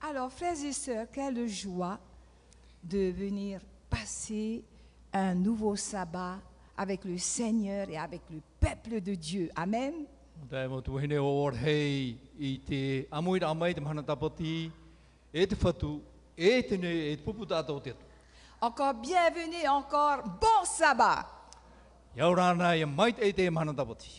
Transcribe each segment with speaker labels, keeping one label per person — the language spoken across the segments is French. Speaker 1: Alors, frères et sœurs, quelle joie de venir passer un nouveau sabbat avec le Seigneur et avec le peuple de Dieu. Amen.
Speaker 2: Daimot wene wawar hei i te amuira amai te mahana tapati e te whatu e te ne e te pupu tātou te atu.
Speaker 1: Encore bienvenue, encore bon sabbat.
Speaker 2: Iau rāna e mai te e te mahana tapati.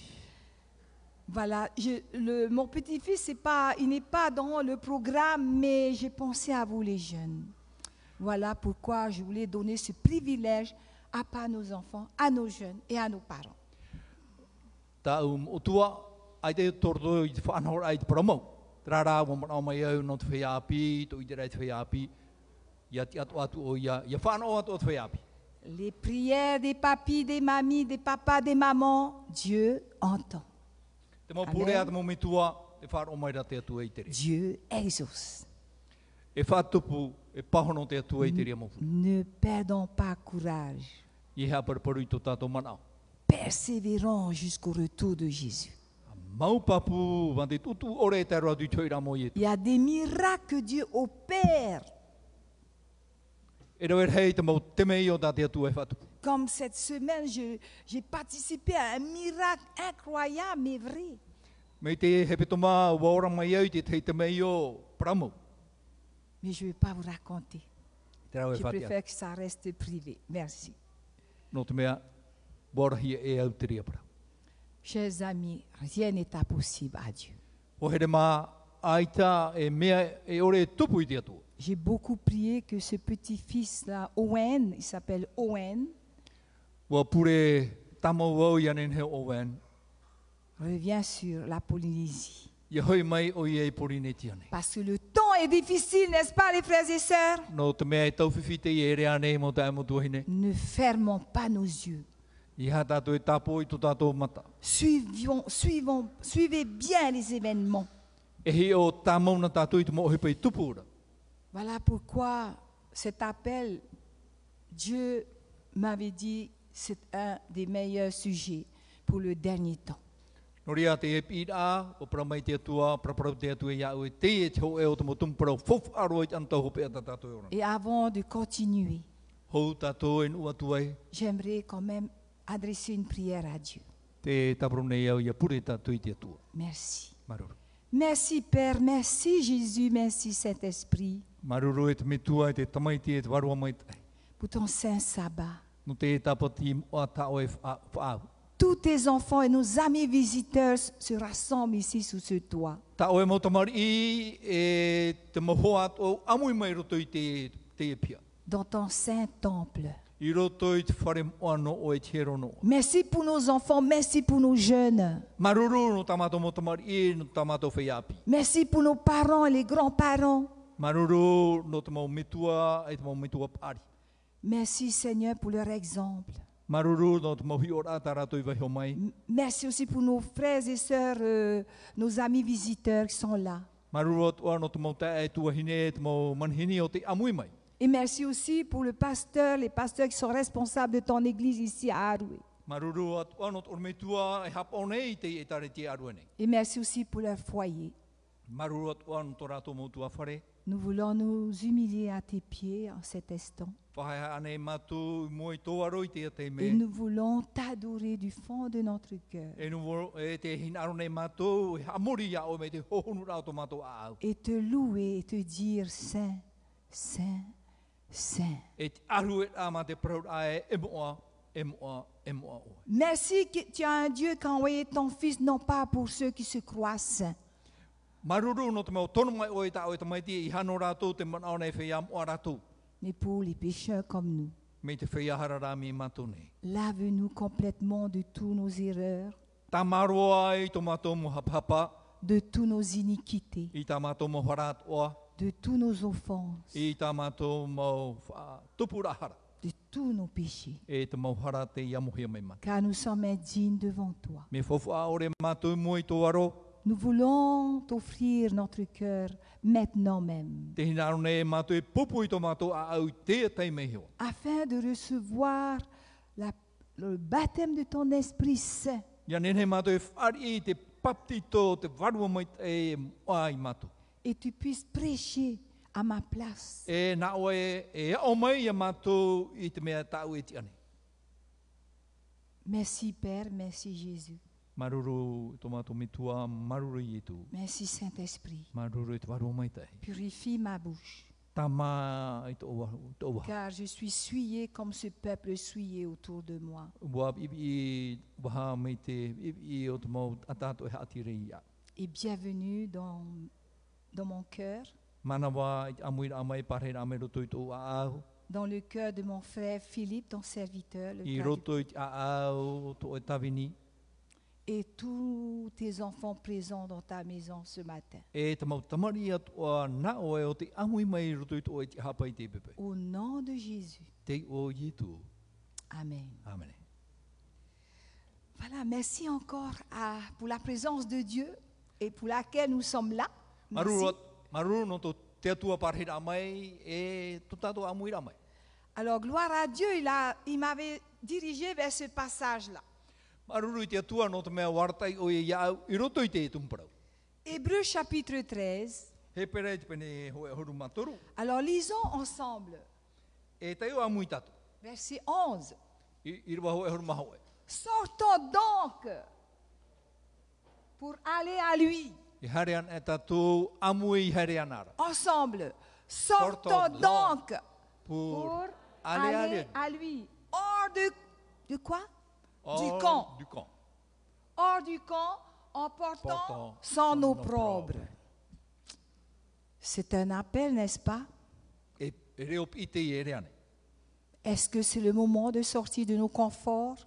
Speaker 1: Voilà, je- le- mon petit-fils, c'est pas, il n'est pas dans le programme, mais j'ai pensé à vous les jeunes. Voilà pourquoi je voulais donner ce privilège à pas nos enfants, à nos jeunes et à nos parents.
Speaker 2: Tā um o tua ai te torto i te whanhor ai te paramau. Te rārā wa mana mai au no te whai api, to i te rei te whai api. Ia te atu atu o ia, ia whanau atu o te whai api.
Speaker 1: Les prières des papis, des mamies, des papas, des mamans, Dieu entend,
Speaker 2: Te mau
Speaker 1: Amen.
Speaker 2: pūre atu mō mitua, te whāro mai rā te atu e i te re.
Speaker 1: Dieu exauce.
Speaker 2: E whātupu, e pahono te atu e i te re mō pūre.
Speaker 1: Ne perdons pas courage,
Speaker 2: I hea paruparu i tō tātou manao.
Speaker 1: persévérons jusqu'au retour de Jésus.
Speaker 2: Maupapu, vante tutu ore te roa du toi ramo i tu.
Speaker 1: Il y a des miracles que Dieu opère,
Speaker 2: E rau er hei te mau teme i o tate atu e whatu.
Speaker 1: comme cette semaine, je- j'ai participé à un miracle incroyable, mais vrai.
Speaker 2: Mei te hepe toma waora mai au te tei teme i o pramu.
Speaker 1: Mais je ne vais pas vous raconter.
Speaker 2: Te rau e
Speaker 1: Je
Speaker 2: whati atu.
Speaker 1: préfère que ça reste privé. Merci.
Speaker 2: No te mea, bora hi e au te ria para.
Speaker 1: Chers amis, rien n'est impossible à Dieu.
Speaker 2: O here mā, aita e mea e ore e tupu i te atu.
Speaker 1: J'ai beaucoup prié que ce petit-fils-là, Owen, il s'appelle Owen,
Speaker 2: Wa pure tamo wau i anen he owen.
Speaker 1: revient sur la Polynésie.
Speaker 2: Ia hoi mai o i e pori ne tiane.
Speaker 1: Parce que le temps est difficile, n'est-ce pas, les frères et sœurs
Speaker 2: No te mea e tauwhiwhi te i e rea nei mo tae mo tuahine.
Speaker 1: Ne fermons pas nos yeux.
Speaker 2: I ha tātou e tāpō i tō tātou mata.
Speaker 1: Suivions, suivons, suivez bien les événements.
Speaker 2: E hi o tā mauna tātou i te mohi pei tupu ora.
Speaker 1: Voilà pourquoi cet appel, Dieu m'avait dit, c'est un des meilleurs sujets pour le dernier temps.
Speaker 2: No rea te e pira, o paramai te atua, praparau te atua ia ue te e te ho e o te motum parau, fof aro i te antau hope ata tātou e ora.
Speaker 1: Et avant de continuer,
Speaker 2: Hou tātou e nua tuai,
Speaker 1: j'aimerais quand même adresser une prière à Dieu.
Speaker 2: te tapro nei au ia pure tātou i te atua.
Speaker 1: Merci.
Speaker 2: Maruru.
Speaker 1: Merci Père, merci Jésus, merci Saint-Esprit
Speaker 2: Maruru e te metua, e te tamaiti, e te warua mai tai.
Speaker 1: pour ton saint sabbat.
Speaker 2: No te e tapati o a tāo e wha- whaau.
Speaker 1: Tous tes enfants et nos amis visiteurs se rassemblent ici sous ce toit.
Speaker 2: Tāo e mautamari i e te moho ato, amui mai roto i te, te e pia.
Speaker 1: dans ton saint temple.
Speaker 2: I roto i te whare moano o e te rono.
Speaker 1: Merci pour nos enfants, merci pour nos jeunes,
Speaker 2: Maruru no tamato motamari i no tamato whaiapi.
Speaker 1: merci pour nos parents et les grands-parents.
Speaker 2: Maruru no te mau mitua e te mau mitua pāri.
Speaker 1: Merci Seigneur pour leur exemple.
Speaker 2: Maruru no te mau hiora tā rātou i wahi o mai.
Speaker 1: M- Merci aussi pour nos frères et sœurs, euh, nos amis visiteurs qui sont là.
Speaker 2: Maruru atua no te mau tae e tuahine e te mau manhini o te amui mai.
Speaker 1: Et merci aussi pour le pasteur, les pasteurs qui sont responsables de ton église ici à Aroué.
Speaker 2: Maruru atua no te ormetua e hapone i te e tare te arua nei.
Speaker 1: Et merci aussi pour leur foyer.
Speaker 2: Maruru atua no tō rātou mau tua whare.
Speaker 1: Nous voulons nous humilier à tes pieds en cet instant.
Speaker 2: Whahaha anei matu i mua i tō aro i te a te
Speaker 1: Et
Speaker 2: me.
Speaker 1: nous voulons t'adorer du fond de notre cœur.
Speaker 2: E nu woro- e te hinaro nei matu e hamori ia o me te hohonu rātou matu a au.
Speaker 1: et te louer et te dire Saint, Saint, Saint.
Speaker 2: E te aru e rā ma te praur ae e moa, e moa, e moa oe.
Speaker 1: Merci que tu as un Dieu qui a envoyé ton Fils, non pas pour ceux qui se croient saints,
Speaker 2: Maruru no te mau tonu mai oe tā oe tamai tia i hano rātou te manao nei whia moa rātou.
Speaker 1: mais pour les pécheurs comme nous.
Speaker 2: Me te whia hara rā mi mātou nei.
Speaker 1: Lave-nous complètement de tous nos erreurs,
Speaker 2: Tā maroa ai tō mātou mo hapapa,
Speaker 1: de tous nos iniquités,
Speaker 2: i tā mātou mo harat oa,
Speaker 1: de tous nos offenses,
Speaker 2: i tā mātou mo tupu rahara.
Speaker 1: de tous nos péchés,
Speaker 2: E te mau hara te ia mohia mai mātou.
Speaker 1: car nous sommes indignes devant toi.
Speaker 2: Me fofua ore mātou mua i tō aro,
Speaker 1: Nous voulons t'offrir notre cœur maintenant même,
Speaker 2: te hinaro nei mātou e pupu i tō mātou a au te tei mei hoa.
Speaker 1: afin de recevoir la- le baptême de ton Esprit Saint
Speaker 2: Ia nenei mātou e whari i te paptito, te varua mai e moa i mātou.
Speaker 1: et tu puisses prêcher à ma place.
Speaker 2: e na oe e o mai ia mātou i te mea tāu e tiane.
Speaker 1: Merci Père, merci Jésus,
Speaker 2: Maruru tō mātou mitua, maruru i tu,
Speaker 1: merci Saint-Esprit.
Speaker 2: maruru i te waru mai tai.
Speaker 1: Purifie ma bouche,
Speaker 2: Tama i tō oa, tō oa.
Speaker 1: car je suis souillée comme ce peuple souillé autour de moi.
Speaker 2: Ua iwi i waha mei te, iwi i o te mau atato e haatire ia.
Speaker 1: Et bienvenue dans, dans mon cœur,
Speaker 2: Manawa i te amuira amai, parheira amai roto i tō a au.
Speaker 1: dans le cœur de mon frère Philippe, ton serviteur, le
Speaker 2: I
Speaker 1: traducteur,
Speaker 2: roto i te a au, tō e tawini.
Speaker 1: et tous tes enfants présents dans ta maison ce matin.
Speaker 2: E te mau tamari atua na oe o te amui mai roto i tō e te hapa i te pepe.
Speaker 1: Au nom de Jésus.
Speaker 2: Te o i tu.
Speaker 1: Amen.
Speaker 2: Amene.
Speaker 1: Voilà, merci encore à- pour la présence de Dieu et pour laquelle nous sommes là. Merci.
Speaker 2: Maruru, maruru no tō te atua parhira mai e tō tātou amuira mai.
Speaker 1: Alors, gloire à Dieu, il, a- il m'avait dirigé vers ce passage-là.
Speaker 2: Maruru i te atua no te mea wartai o e iau i roto i te e tumparau.
Speaker 1: Hébreu chapitre 13.
Speaker 2: He pere i te pene hoe horu matoru.
Speaker 1: Alors, lisons ensemble,
Speaker 2: E te o amui tātou.
Speaker 1: verset 11.
Speaker 2: I, i rua hoe horu maha oe.
Speaker 1: Sortons donc pour aller à lui.
Speaker 2: I harean e tātou amui i harean ara.
Speaker 1: Ensemble,
Speaker 2: Sortons
Speaker 1: sortons donc
Speaker 2: Pour
Speaker 1: pour
Speaker 2: aller à
Speaker 1: aller
Speaker 2: lui.
Speaker 1: à lui. Hors de, de quoi
Speaker 2: Hors
Speaker 1: Du camp.
Speaker 2: Du camp.
Speaker 1: hors du camp en portant,
Speaker 2: Portant
Speaker 1: son
Speaker 2: son
Speaker 1: opprobre.
Speaker 2: opprobre.
Speaker 1: C'est un appel, n'est-ce pas
Speaker 2: E e reo i te i e reane.
Speaker 1: Est-ce que c'est le moment de sortir de nos conforts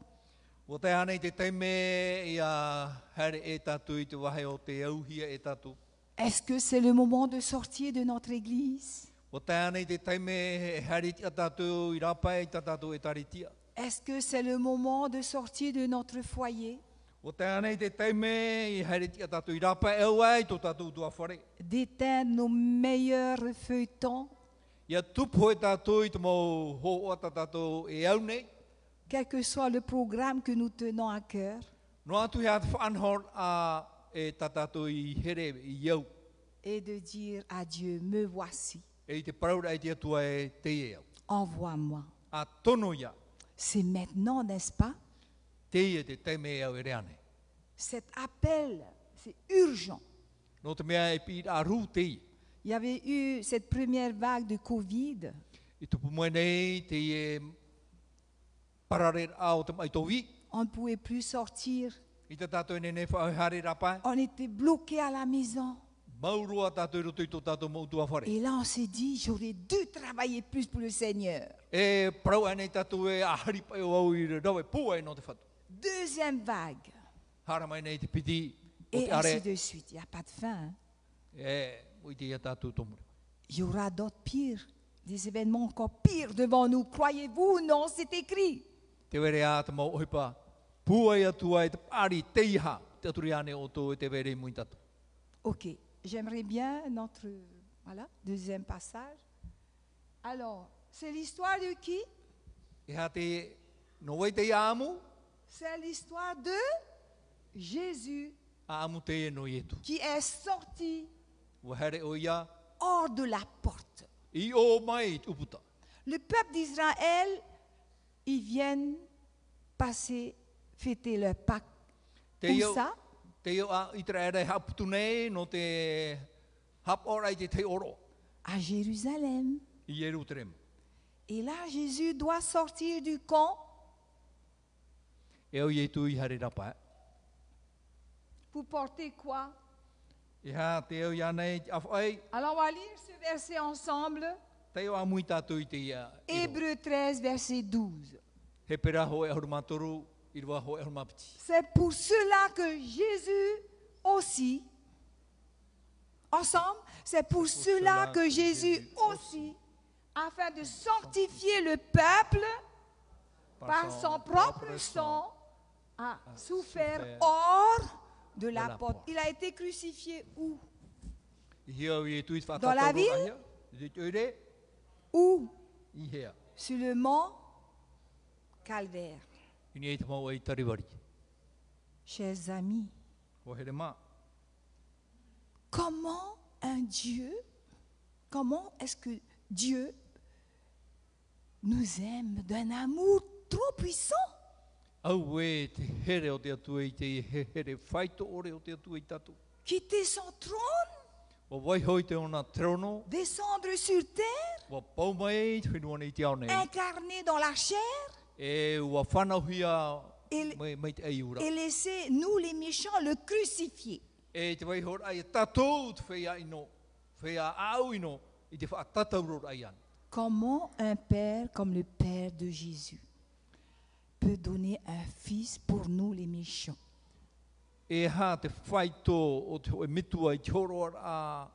Speaker 2: O te hana i te teime i a haere e tātou i te wahe o te auhia e tātou.
Speaker 1: Est-ce que c'est le moment de sortir de notre église
Speaker 2: O te hana i te teime e haere i a tātou i rapa e tā tātou e taritia.
Speaker 1: Est-ce que c'est le moment de sortir de notre foyer
Speaker 2: O te hana i te teime i haere i a tātou i rapa e aua i tō tātou tua whare.
Speaker 1: D'éteindre nos meilleurs feuilletons
Speaker 2: Ia tupu e tātou i te mau ho o tā tātou e au nei.
Speaker 1: quel que soit le programme que nous tenons à cœur,
Speaker 2: No atu hea te whanhor a e tā tātou i here i iau.
Speaker 1: et de dire à Dieu, me voici,
Speaker 2: E i te paraura i te atua e te e au.
Speaker 1: envoie-moi.
Speaker 2: A tono ia
Speaker 1: C'est maintenant, n'est-ce pas
Speaker 2: te i e te teime e au e reane.
Speaker 1: Cet appel, c'est urgent.
Speaker 2: No te mea e pira a rū te i.
Speaker 1: Il y avait eu cette première vague de Covid.
Speaker 2: I tupu mai nei te e pararer ao te mai tovi.
Speaker 1: On ne pouvait plus sortir.
Speaker 2: I te tātou nei nei whaau hare rapa.
Speaker 1: On était bloqué à la maison.
Speaker 2: Maurua tātou i roto i tō tātou mautua whare.
Speaker 1: Et là, on s'est dit, j'aurais dû travailler plus pour le Seigneur.
Speaker 2: E parau anei tātou e ahari pai o au i rau e pūa e no te whatu.
Speaker 1: Deuxième vague.
Speaker 2: Hara mai nei te piti o
Speaker 1: Et
Speaker 2: te are
Speaker 1: ainsi de suite. Il n'y a pas de fin. hein.
Speaker 2: e ui te ia tātou tomura.
Speaker 1: Il y aura d'autres pires, des événements encore pires devant nous. Croyez-vous ou non, c'est écrit.
Speaker 2: Te were a te mau ohipa pūa i atua e te pāri te iha te aturi ane o tō e te were i mui tātou.
Speaker 1: Ok, j'aimerais bien notre voilà, deuxième passage. Alors, c'est l'histoire de qui
Speaker 2: E hā te no wei te ia amu,
Speaker 1: C'est l'histoire de Jésus
Speaker 2: a amu te e no i etu.
Speaker 1: qui est sorti
Speaker 2: Ua here o ia
Speaker 1: hors de la porte.
Speaker 2: i o mai i tuputa.
Speaker 1: Le peuple d'Israël, ils viennent passer, fêter leur Pâques.
Speaker 2: Te
Speaker 1: Où ça
Speaker 2: te iau a Israel e haputu nei no te hap ora i te te oro
Speaker 1: à Jérusalem.
Speaker 2: i Jerusalem.
Speaker 1: Et là, Jésus doit sortir du camp
Speaker 2: E au i tu i hari rapa. eh?
Speaker 1: pour porter quoi
Speaker 2: E hā te au ia nei af ai,
Speaker 1: Alors, on va lire ce verset ensemble.
Speaker 2: te au amui tātou i te ia. i roa.
Speaker 1: Hébreu 13, verset 12.
Speaker 2: He pera ho e horumatoru, i rua ho e horumapiti.
Speaker 1: C'est pour cela que Jésus aussi, ensemble, c'est pour cela que Jésus aussi, afin de sanctifier le peuple par son propre sang, a souffert
Speaker 2: souffert
Speaker 1: hors de la
Speaker 2: la
Speaker 1: porte.
Speaker 2: porte.
Speaker 1: Il a été crucifié où
Speaker 2: I au i tu i whātātoru.
Speaker 1: Dans la ville?
Speaker 2: I te ure,
Speaker 1: Où
Speaker 2: i hea.
Speaker 1: Sur le mont Calvaire.
Speaker 2: I nei te mau e i tariwari.
Speaker 1: Chers amis,
Speaker 2: O here mā.
Speaker 1: comment un Dieu comment est-ce que Dieu nous aime d'un amour trop puissant
Speaker 2: Au e te here o te atu i te he- here whaito ore o te atu i tatu.
Speaker 1: quitter son trône,
Speaker 2: Wa wai hoi te ona trono,
Speaker 1: descendre sur terre,
Speaker 2: wa pauma e i te whenua nei te ao nei.
Speaker 1: incarner dans la chair
Speaker 2: E ua whanauhia
Speaker 1: Il-
Speaker 2: mai, mai te ei ura.
Speaker 1: et laisser nous les méchants le crucifier.
Speaker 2: E te wai hor ai e tatou te whea ino, whea au ino, i te whaatatau ror ai an.
Speaker 1: Comment un père comme le père de Jésus peut donner un fils pour nous les méchants
Speaker 2: E hā te whaito o te hoi mitua i te horo ar a,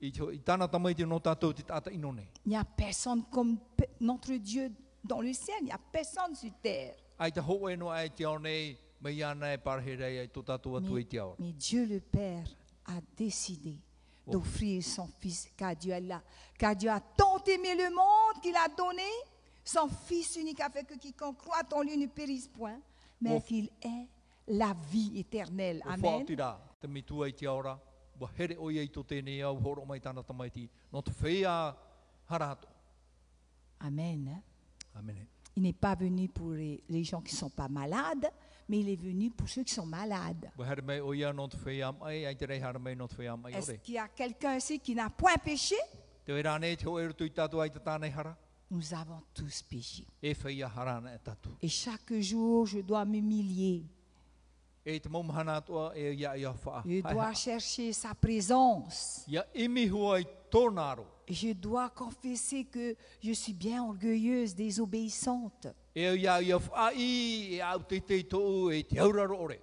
Speaker 2: i, te, hoi- i tāna tamai te no tatou te tata ino nei.
Speaker 1: Il n'y a personne comme pe- notre Dieu dans le ciel, il n'y a personne sur terre.
Speaker 2: Ai te hoa no ai te ao nei, mai ana e parherei ai tō tatou atu
Speaker 1: Mais,
Speaker 2: i te ao.
Speaker 1: mais Dieu le Père a décidé
Speaker 2: Bon.
Speaker 1: d'offrir son Fils, car Dieu, l'a- car Dieu a tant aimé le monde qu'il a donné son Fils unique afin que quiconque croit en lui ne périsse point, mais
Speaker 2: Bon.
Speaker 1: qu'il ait la vie éternelle.
Speaker 2: O
Speaker 1: Amen.
Speaker 2: whaatira, te mitua i te aora, wa here o iei tō tēnei au horo mai tāna tamai ti, no te whea harato.
Speaker 1: Amen.
Speaker 2: Amen.
Speaker 1: Il n'est pas venu pour les, les gens qui ne sont pas malades, mais il est venu pour ceux qui sont malades.
Speaker 2: Wa here mai o ia no te whea mai, ai te rei here mai no te whea mai
Speaker 1: Est-ce
Speaker 2: ore.
Speaker 1: qu'il y a quelqu'un ici qui n'a point péché
Speaker 2: Te wera nei te hoa rutu i tātou ai te tānei hara,
Speaker 1: Nous avons tous péché.
Speaker 2: e whea harana e tātou.
Speaker 1: Et chaque jour, je dois m'humilier.
Speaker 2: E te maumahana atua e ia ia wha.
Speaker 1: Je dois chercher sa présence.
Speaker 2: Ia imi hua i tōna aro.
Speaker 1: Je dois confesser que je suis bien orgueilleuse, désobéissante.
Speaker 2: E ia ia wha i, e au te te tōu e te auraro ore.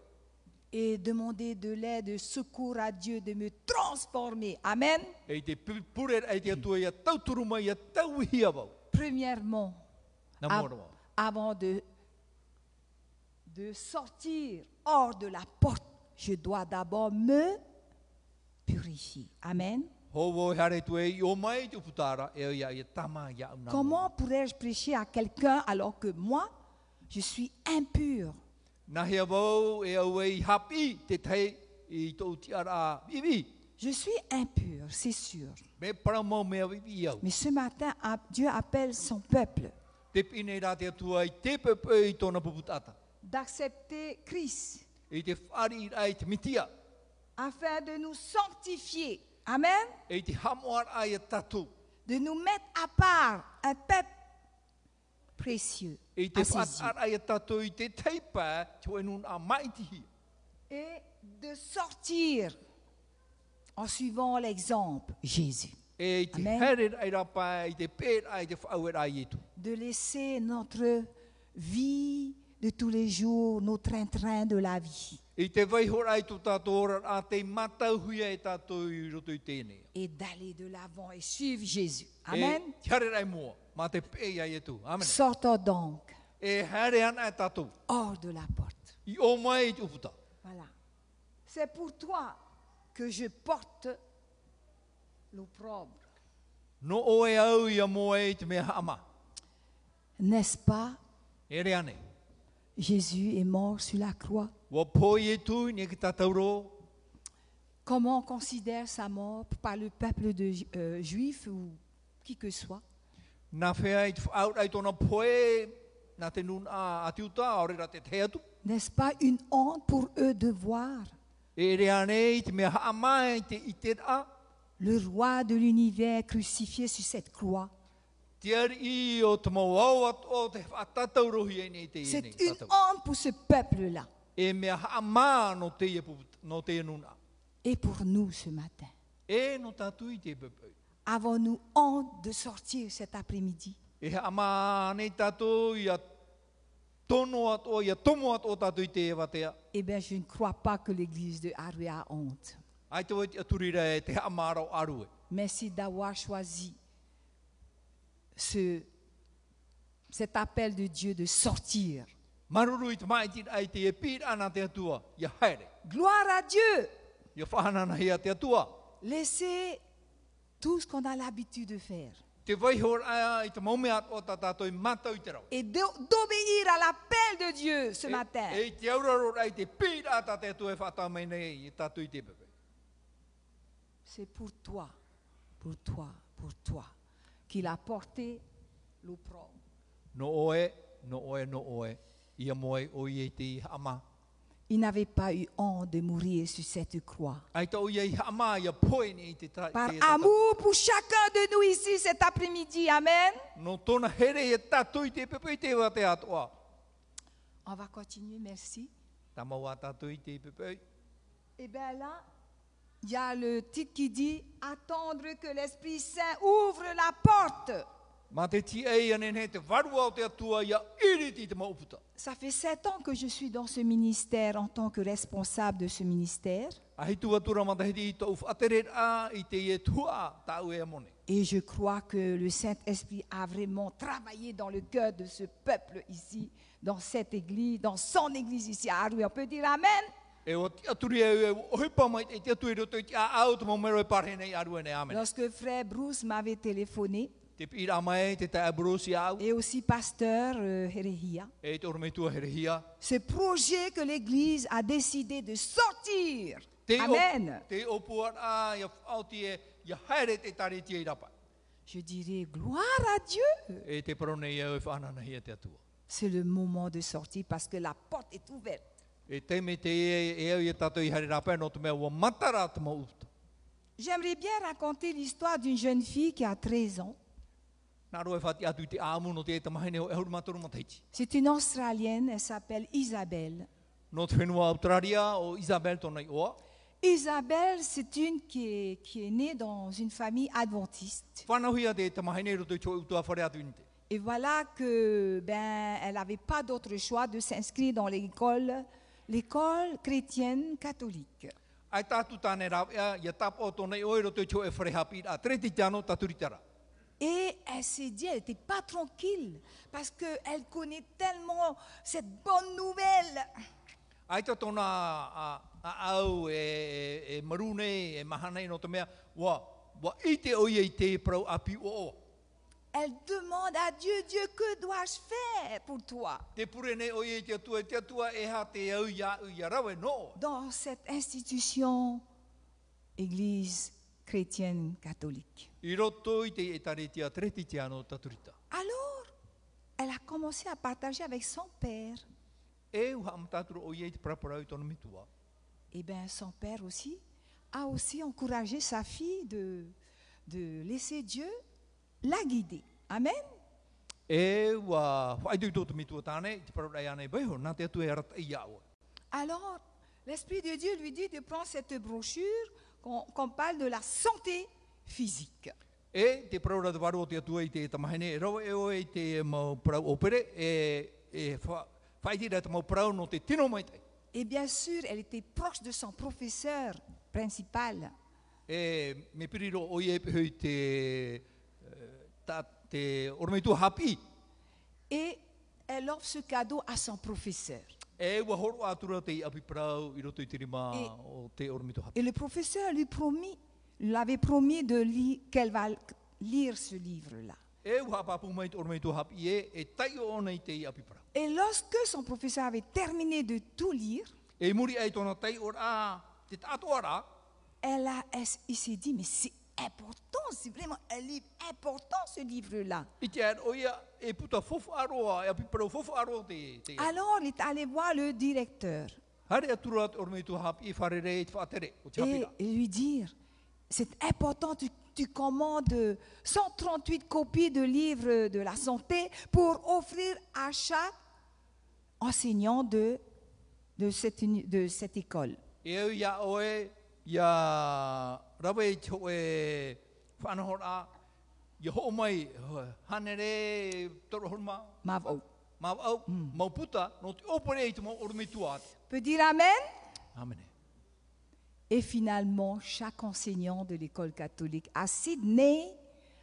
Speaker 1: Et demander de l'aide, de secours à Dieu, de me transformer. Amen.
Speaker 2: E te pi- pure ai te atua ia tauturu mai, ia tau hia wau.
Speaker 1: Premièrement,
Speaker 2: Nā
Speaker 1: av-
Speaker 2: mōroa.
Speaker 1: avant de, de sortir hors de la porte, je dois d'abord me purifier. Amen.
Speaker 2: Hovo hare tu e o mai tu putara e ia ia tama ia una.
Speaker 1: Comment pourrais-je prêcher à quelqu'un alors que moi, je suis impure
Speaker 2: Na hea vau e au e hapi te tei i tō ti ara a vivi.
Speaker 1: Je suis impure, c'est sûr.
Speaker 2: Me para mau mea vivi iau.
Speaker 1: Mais ce matin, a- Dieu appelle son peuple
Speaker 2: Te pine rā te atua i te pepe i tōna puputata.
Speaker 1: d'accepter Christ
Speaker 2: I te whari i rai te mitia.
Speaker 1: afin de nous sanctifier. Amen.
Speaker 2: E te hamoar ai e tatu.
Speaker 1: De nous mettre à part un peuple précieux
Speaker 2: E te
Speaker 1: à ses yeux.
Speaker 2: whatar ai e tatu i te teipa tō e nun a maitihi.
Speaker 1: et de sortir en suivant l'exemple Jésus.
Speaker 2: E te
Speaker 1: Amen.
Speaker 2: herer ai rapa i te pēr ai te whauer ai e tu.
Speaker 1: De laisser notre vie de tous les jours, nos train-train de la vie
Speaker 2: I te vaihora ai tō tātou ora a te matau huia e tātou i roto i tēnei.
Speaker 1: et d'aller de l'avant et suivre Jésus. Amen.
Speaker 2: E te harerai mua, mā te pēia i e tu. Amen.
Speaker 1: Sortons donc
Speaker 2: E here ana e tātou.
Speaker 1: hors de la porte.
Speaker 2: I o mai i te uputa.
Speaker 1: Voilà. C'est pour toi que je porte l'opprobre.
Speaker 2: No o e au i a mua e te mea hama.
Speaker 1: N'est-ce pas
Speaker 2: E re ane.
Speaker 1: Jésus est mort sur la croix.
Speaker 2: Wa pō i e tu, ni e ki tātou ro.
Speaker 1: Comment on considère sa mort par le peuple de, ju- euh, juif ou qui que soit
Speaker 2: Nā whea i te whaura ai tōna poe, nā te nun a ati uta, a ora te te atu.
Speaker 1: N'est-ce pas une honte pour eux de voir
Speaker 2: E re ane i te mea hama i te i te a.
Speaker 1: le roi de l'univers crucifié sur cette croix
Speaker 2: Te ari i o te mawau atu o te whātatau rohi e nei te e nei.
Speaker 1: C'est une
Speaker 2: tātou.
Speaker 1: honte pour ce peuple-là
Speaker 2: E mea hama no te e, pupu- no te e nuna.
Speaker 1: et pour nous ce matin.
Speaker 2: E no tātou i te pepe.
Speaker 1: Avons-nous honte de sortir cet après-midi
Speaker 2: E hama nei tātou i a tono ato, i a tomo ato tātou i te ewa tea.
Speaker 1: Eh bien, je ne crois pas que l'église de Harvey a honte.
Speaker 2: Ai te wai aturira e te hama rau arue.
Speaker 1: Merci d'avoir choisi ce, cet appel de Dieu de sortir.
Speaker 2: Maruru i te mai tira ai te e pīr ana te atua, i a haere.
Speaker 1: Gloire à Dieu
Speaker 2: I a whahanana hea te atua.
Speaker 1: Laissez tout ce qu'on a l'habitude de faire
Speaker 2: Te waihor aia i te maume ato tā tātou i matau i te rau.
Speaker 1: et d'o- d'obéir à l'appel de Dieu ce matin.
Speaker 2: E, e i te auraro ai te pīr a tā te atua e whatau mai nei i tātou i te pepe.
Speaker 1: C'est pour toi pour toi, pour toi, qu'il a porté l'opprobre.
Speaker 2: No oe, no oe, no oe. Ia moe o iei te iha ama.
Speaker 1: Il n'avait pas eu honte de mourir sur cette croix.
Speaker 2: Ai tau iei iha ama, ia poe ni i te tra.
Speaker 1: Par
Speaker 2: te
Speaker 1: amour pour chacun de nous ici cet après-midi, Amen.
Speaker 2: No tōna here e tātou i te pepe i te wā te atoa.
Speaker 1: On va continuer, merci.
Speaker 2: Tā maua tātou i te pepe.
Speaker 1: Et Eh bien là, il y a le titre qui dit Attendre que l'Esprit Saint ouvre la porte.
Speaker 2: Mā te ti ei anen he te varua o te atua ia iriti te mauputa.
Speaker 1: Ça fait sept ans que je suis dans ce ministère en tant que responsable de ce ministère.
Speaker 2: A hei tu atura mā te hiri i tau whaterera a i te e tua tāu e amone.
Speaker 1: Et je crois que le Saint-Esprit a vraiment travaillé dans le cœur de ce peuple ici, dans cette église, dans son église ici à Aroui. On peut dire Amen.
Speaker 2: E o te aturi e e o hepa mai te te atui roto i te a au te maumero e pare nei arua nei amene.
Speaker 1: Lorsque frère Bruce m'avait téléphoné,
Speaker 2: Te pira mai te tae abrosi au
Speaker 1: et aussi pasteur euh, Herehia,
Speaker 2: e te orometua herehia.
Speaker 1: ce projet que l'Église a décidé de sortir.
Speaker 2: Te o-
Speaker 1: Amen.
Speaker 2: Te opua a ia whaoti e ia haere te tari tia i rapa.
Speaker 1: Je dirais gloire à Dieu.
Speaker 2: E te parone e e whanana hia te atua.
Speaker 1: C'est le moment de sortir parce que la porte est ouverte.
Speaker 2: E te me te e e au i tato i haere rapa e no te mea ua matara te mauputa.
Speaker 1: J'aimerais bien raconter l'histoire d'une jeune fille qui a 13 ans.
Speaker 2: Nā roe whati atu i te āmu no te e tamahene o e huru maturu mataichi.
Speaker 1: C'est une Australienne, elle s'appelle Isabelle.
Speaker 2: No te whenua Australia o Isabel tonei oa.
Speaker 1: Isabelle, c'est une qui est, qui est née dans une famille adventiste.
Speaker 2: Whanahuia te tamahene roto i tō utua whare atu i te.
Speaker 1: Et voilà que ben, elle n'avait pas d'autre choix de s'inscrire dans l'école, l'école chrétienne catholique.
Speaker 2: Ai tātu tāne rā, ia, ia tāpō tōnei oi roto i tō e whareha pīra, treti tāno tāturitara.
Speaker 1: Et elle s'est dit, elle n'était pas tranquille parce qu'elle connaît tellement cette bonne nouvelle.
Speaker 2: Ai tā tōna a, a au e, e, e marune, e mahanei no te mea, wā, wā i te oi i te prau api o o.
Speaker 1: Elle demande à Dieu, Dieu, que dois-je faire pour toi
Speaker 2: Te pure nei oi i te atua, te atua e ha te au ia au ia rawe no.
Speaker 1: dans cette institution, Église chrétienne catholique
Speaker 2: I roto i te e taretia, treti tāno tāturita.
Speaker 1: Alors, elle a commencé à partager avec son père.
Speaker 2: E uha amtaturu oi i te praparau i tōna mitua.
Speaker 1: Eh bien, son père aussi a aussi encouragé sa fille de, de laisser Dieu la guider. Amen.
Speaker 2: E ua, whaidu i tō te mitua tāne, i te praparau i anei beho, nā te atua e rata i au.
Speaker 1: Alors, l'Esprit de Dieu lui dit de prendre cette brochure qu'on qu'on parle de la santé physique.
Speaker 2: E te praura te waro o te atua i te tamahene e rawa e o e te mau prau opere e, e wha- whaitira te mau prau no te tino mai tai.
Speaker 1: Et bien sûr, elle était proche de son professeur principal.
Speaker 2: E me piriro o i e pehui te, eh, ta, te oromeitua hapi
Speaker 1: Et elle offre ce cadeau à son professeur.
Speaker 2: e ua horo atura te api prau i roto i te rima
Speaker 1: E-
Speaker 2: o te oromeitua hapi.
Speaker 1: Et le professeur lui promit, lui avait promis de lire, qu'elle va lire ce livre-là.
Speaker 2: E ua hapapu mai te oromeitua hapi e e tai o ona i te api prau.
Speaker 1: Et lorsque son professeur avait terminé de tout lire,
Speaker 2: E muri ai tona tai ora a te tātua rā
Speaker 1: elle a, elle s- il s'est dit, mais c'est important, c'est vraiment un livre important ce livre-là.
Speaker 2: i te ar oia e puta fofu aroa e api prau fofu aroa te, te
Speaker 1: Alors il est allé voir le directeur
Speaker 2: Hare atura te ormei tu hapi i wharere i te whaatere o te
Speaker 1: et
Speaker 2: hapira.
Speaker 1: lui dire, c'est important, tu, tu commandes euh, 138 copies de livres de la santé pour offrir à chaque enseignant de, de, cette, uni- de cette école.
Speaker 2: E au ia oe, ia rawe i te oe whanahora, ia ho mai ho- hanere toro horma,
Speaker 1: Mavo.
Speaker 2: ma au, mau puta, no te opere i te mau ormei tu ate.
Speaker 1: Peut dire Amen
Speaker 2: Amene.
Speaker 1: Et finalement, chaque enseignant de l'école catholique à Sydney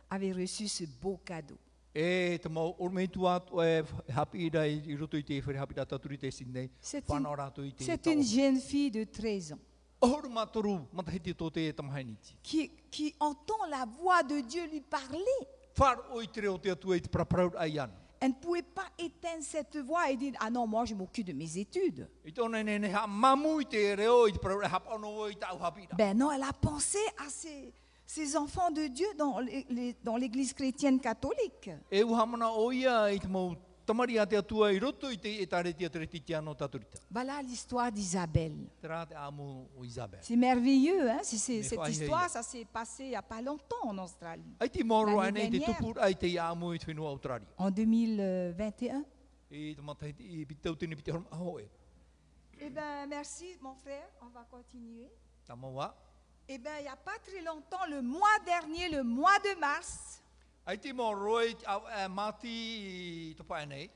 Speaker 1: avait reçu ce beau cadeau.
Speaker 2: E te mau ormei tu ate oe hapi i rai i roto i te where hapi da taturi te sinei,
Speaker 1: C'est une,
Speaker 2: whanahora tu i te
Speaker 1: c'est
Speaker 2: tau.
Speaker 1: une jeune fille de 13 ans
Speaker 2: Ohuru matoru, matahiti tō te tamahainiti.
Speaker 1: qui, qui entend la voix de Dieu lui parler.
Speaker 2: Whar oi tere o te atua i te prapraur ai ana.
Speaker 1: Elle ne pouvait pas éteindre cette voix et dire Ah non, moi je m'occupe de mes études.
Speaker 2: I tōna nei nei ha mamu i te reo i te parau e hapa ono o i tāu hapira.
Speaker 1: Ben non, elle a pensé à ses, ces enfants de Dieu dans les- les- dans l'Église chrétienne catholique.
Speaker 2: E u hamana o ia i te mau tamari a te atua i roto i te e tare tia tere titiano taturita.
Speaker 1: Voilà l'histoire d'Isabelle.
Speaker 2: Te rā te amo o Isabel.
Speaker 1: C'est merveilleux, hein, c'est- c'est-
Speaker 2: Mais
Speaker 1: cette
Speaker 2: faut
Speaker 1: histoire,
Speaker 2: ailleurs.
Speaker 1: ça s'est passé il n'y a pas longtemps en Australie,
Speaker 2: Ai te
Speaker 1: Nani
Speaker 2: moro ai nei te
Speaker 1: Daniel.
Speaker 2: tupu ai te ia amo i te whenua Australia.
Speaker 1: en 2021.
Speaker 2: E te matai i pitau tini pitau rama aho e.
Speaker 1: Eh bien, merci, mon frère, on va continuer.
Speaker 2: Ta maua.
Speaker 1: Eh bien, il n'y a pas très longtemps, le mois dernier, le mois de mars,
Speaker 2: Ai te moro ai te au- e mati i topa nei.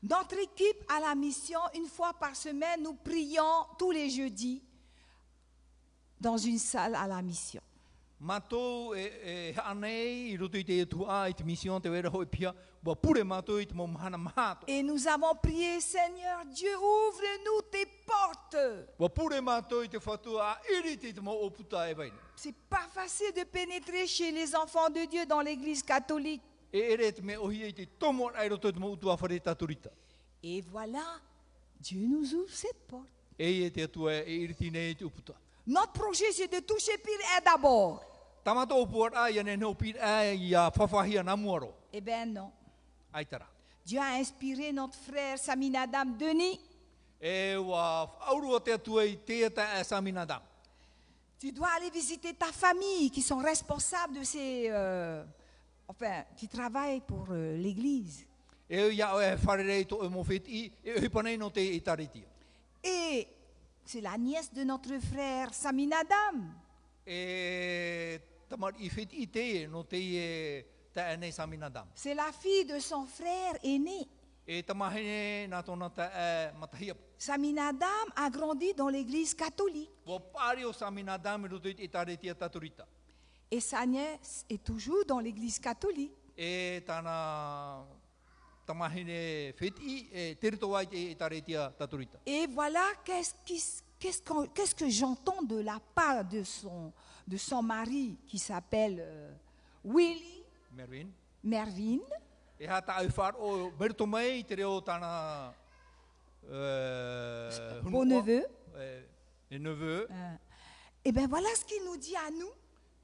Speaker 1: notre équipe à la mission, une fois par semaine, nous prions tous les jeudis dans une salle à la mission.
Speaker 2: Matou e, e hanei i roto i te tua i te mision te wera hoi pia. Wa pure matou i te mau mahana mahato.
Speaker 1: Et nous avons prié, Seigneur Dieu, ouvre-nous tes portes.
Speaker 2: Wa pure matou i te whatua a iri te te mau oputa e vaina.
Speaker 1: C'est pas facile de pénétrer chez les enfants de Dieu dans l'église catholique.
Speaker 2: E ere te me ohi e te tomo ai roto i te mau utua whare taturita.
Speaker 1: Et voilà, Dieu nous ouvre cette porte.
Speaker 2: E e te atua e iri ti nei te uputa.
Speaker 1: Notre projet, c'est de toucher pire est d'abord.
Speaker 2: Tamato upuat ai ane neu pir ai i a whawhahia namuaro.
Speaker 1: Eh bien non.
Speaker 2: Ai tara.
Speaker 1: Dieu a inspiré notre frère Saminadam Denis.
Speaker 2: E wa aurua te atua i te eta e saminadam.
Speaker 1: Tu dois aller visiter ta famille qui sont responsables de ces... euh, enfin, qui travaillent pour euh, l'église.
Speaker 2: E ia o e wharerei to e mowhet i e hipanei no te e taritia.
Speaker 1: Et c'est la nièce de notre frère Saminadam.
Speaker 2: e tamar i fit i te no te e ta ene saminadam.
Speaker 1: C'est la fille de son frère aîné.
Speaker 2: E tamahene nā tōna ta e matahiap.
Speaker 1: Saminadam a grandi dans l'église catholique.
Speaker 2: Wa pāri o saminadam i roto i te taretia taturita.
Speaker 1: Et sa nièce est toujours dans l'église catholique.
Speaker 2: E tāna tamahene fit i e terito ai te e taretia taturita.
Speaker 1: Et voilà qu'est-ce qui s- qu'est-ce qu'on- qu'est-ce que j'entends de la part de son, de son mari qui s'appelle euh, Willy
Speaker 2: Mervin.
Speaker 1: Mervin.
Speaker 2: E hata au whār o merito mai i te reo tāna e,
Speaker 1: Beau
Speaker 2: hunua.
Speaker 1: neveu.
Speaker 2: E, e neveu.
Speaker 1: et bien Eh ben, voilà ce qu'il nous dit à nous.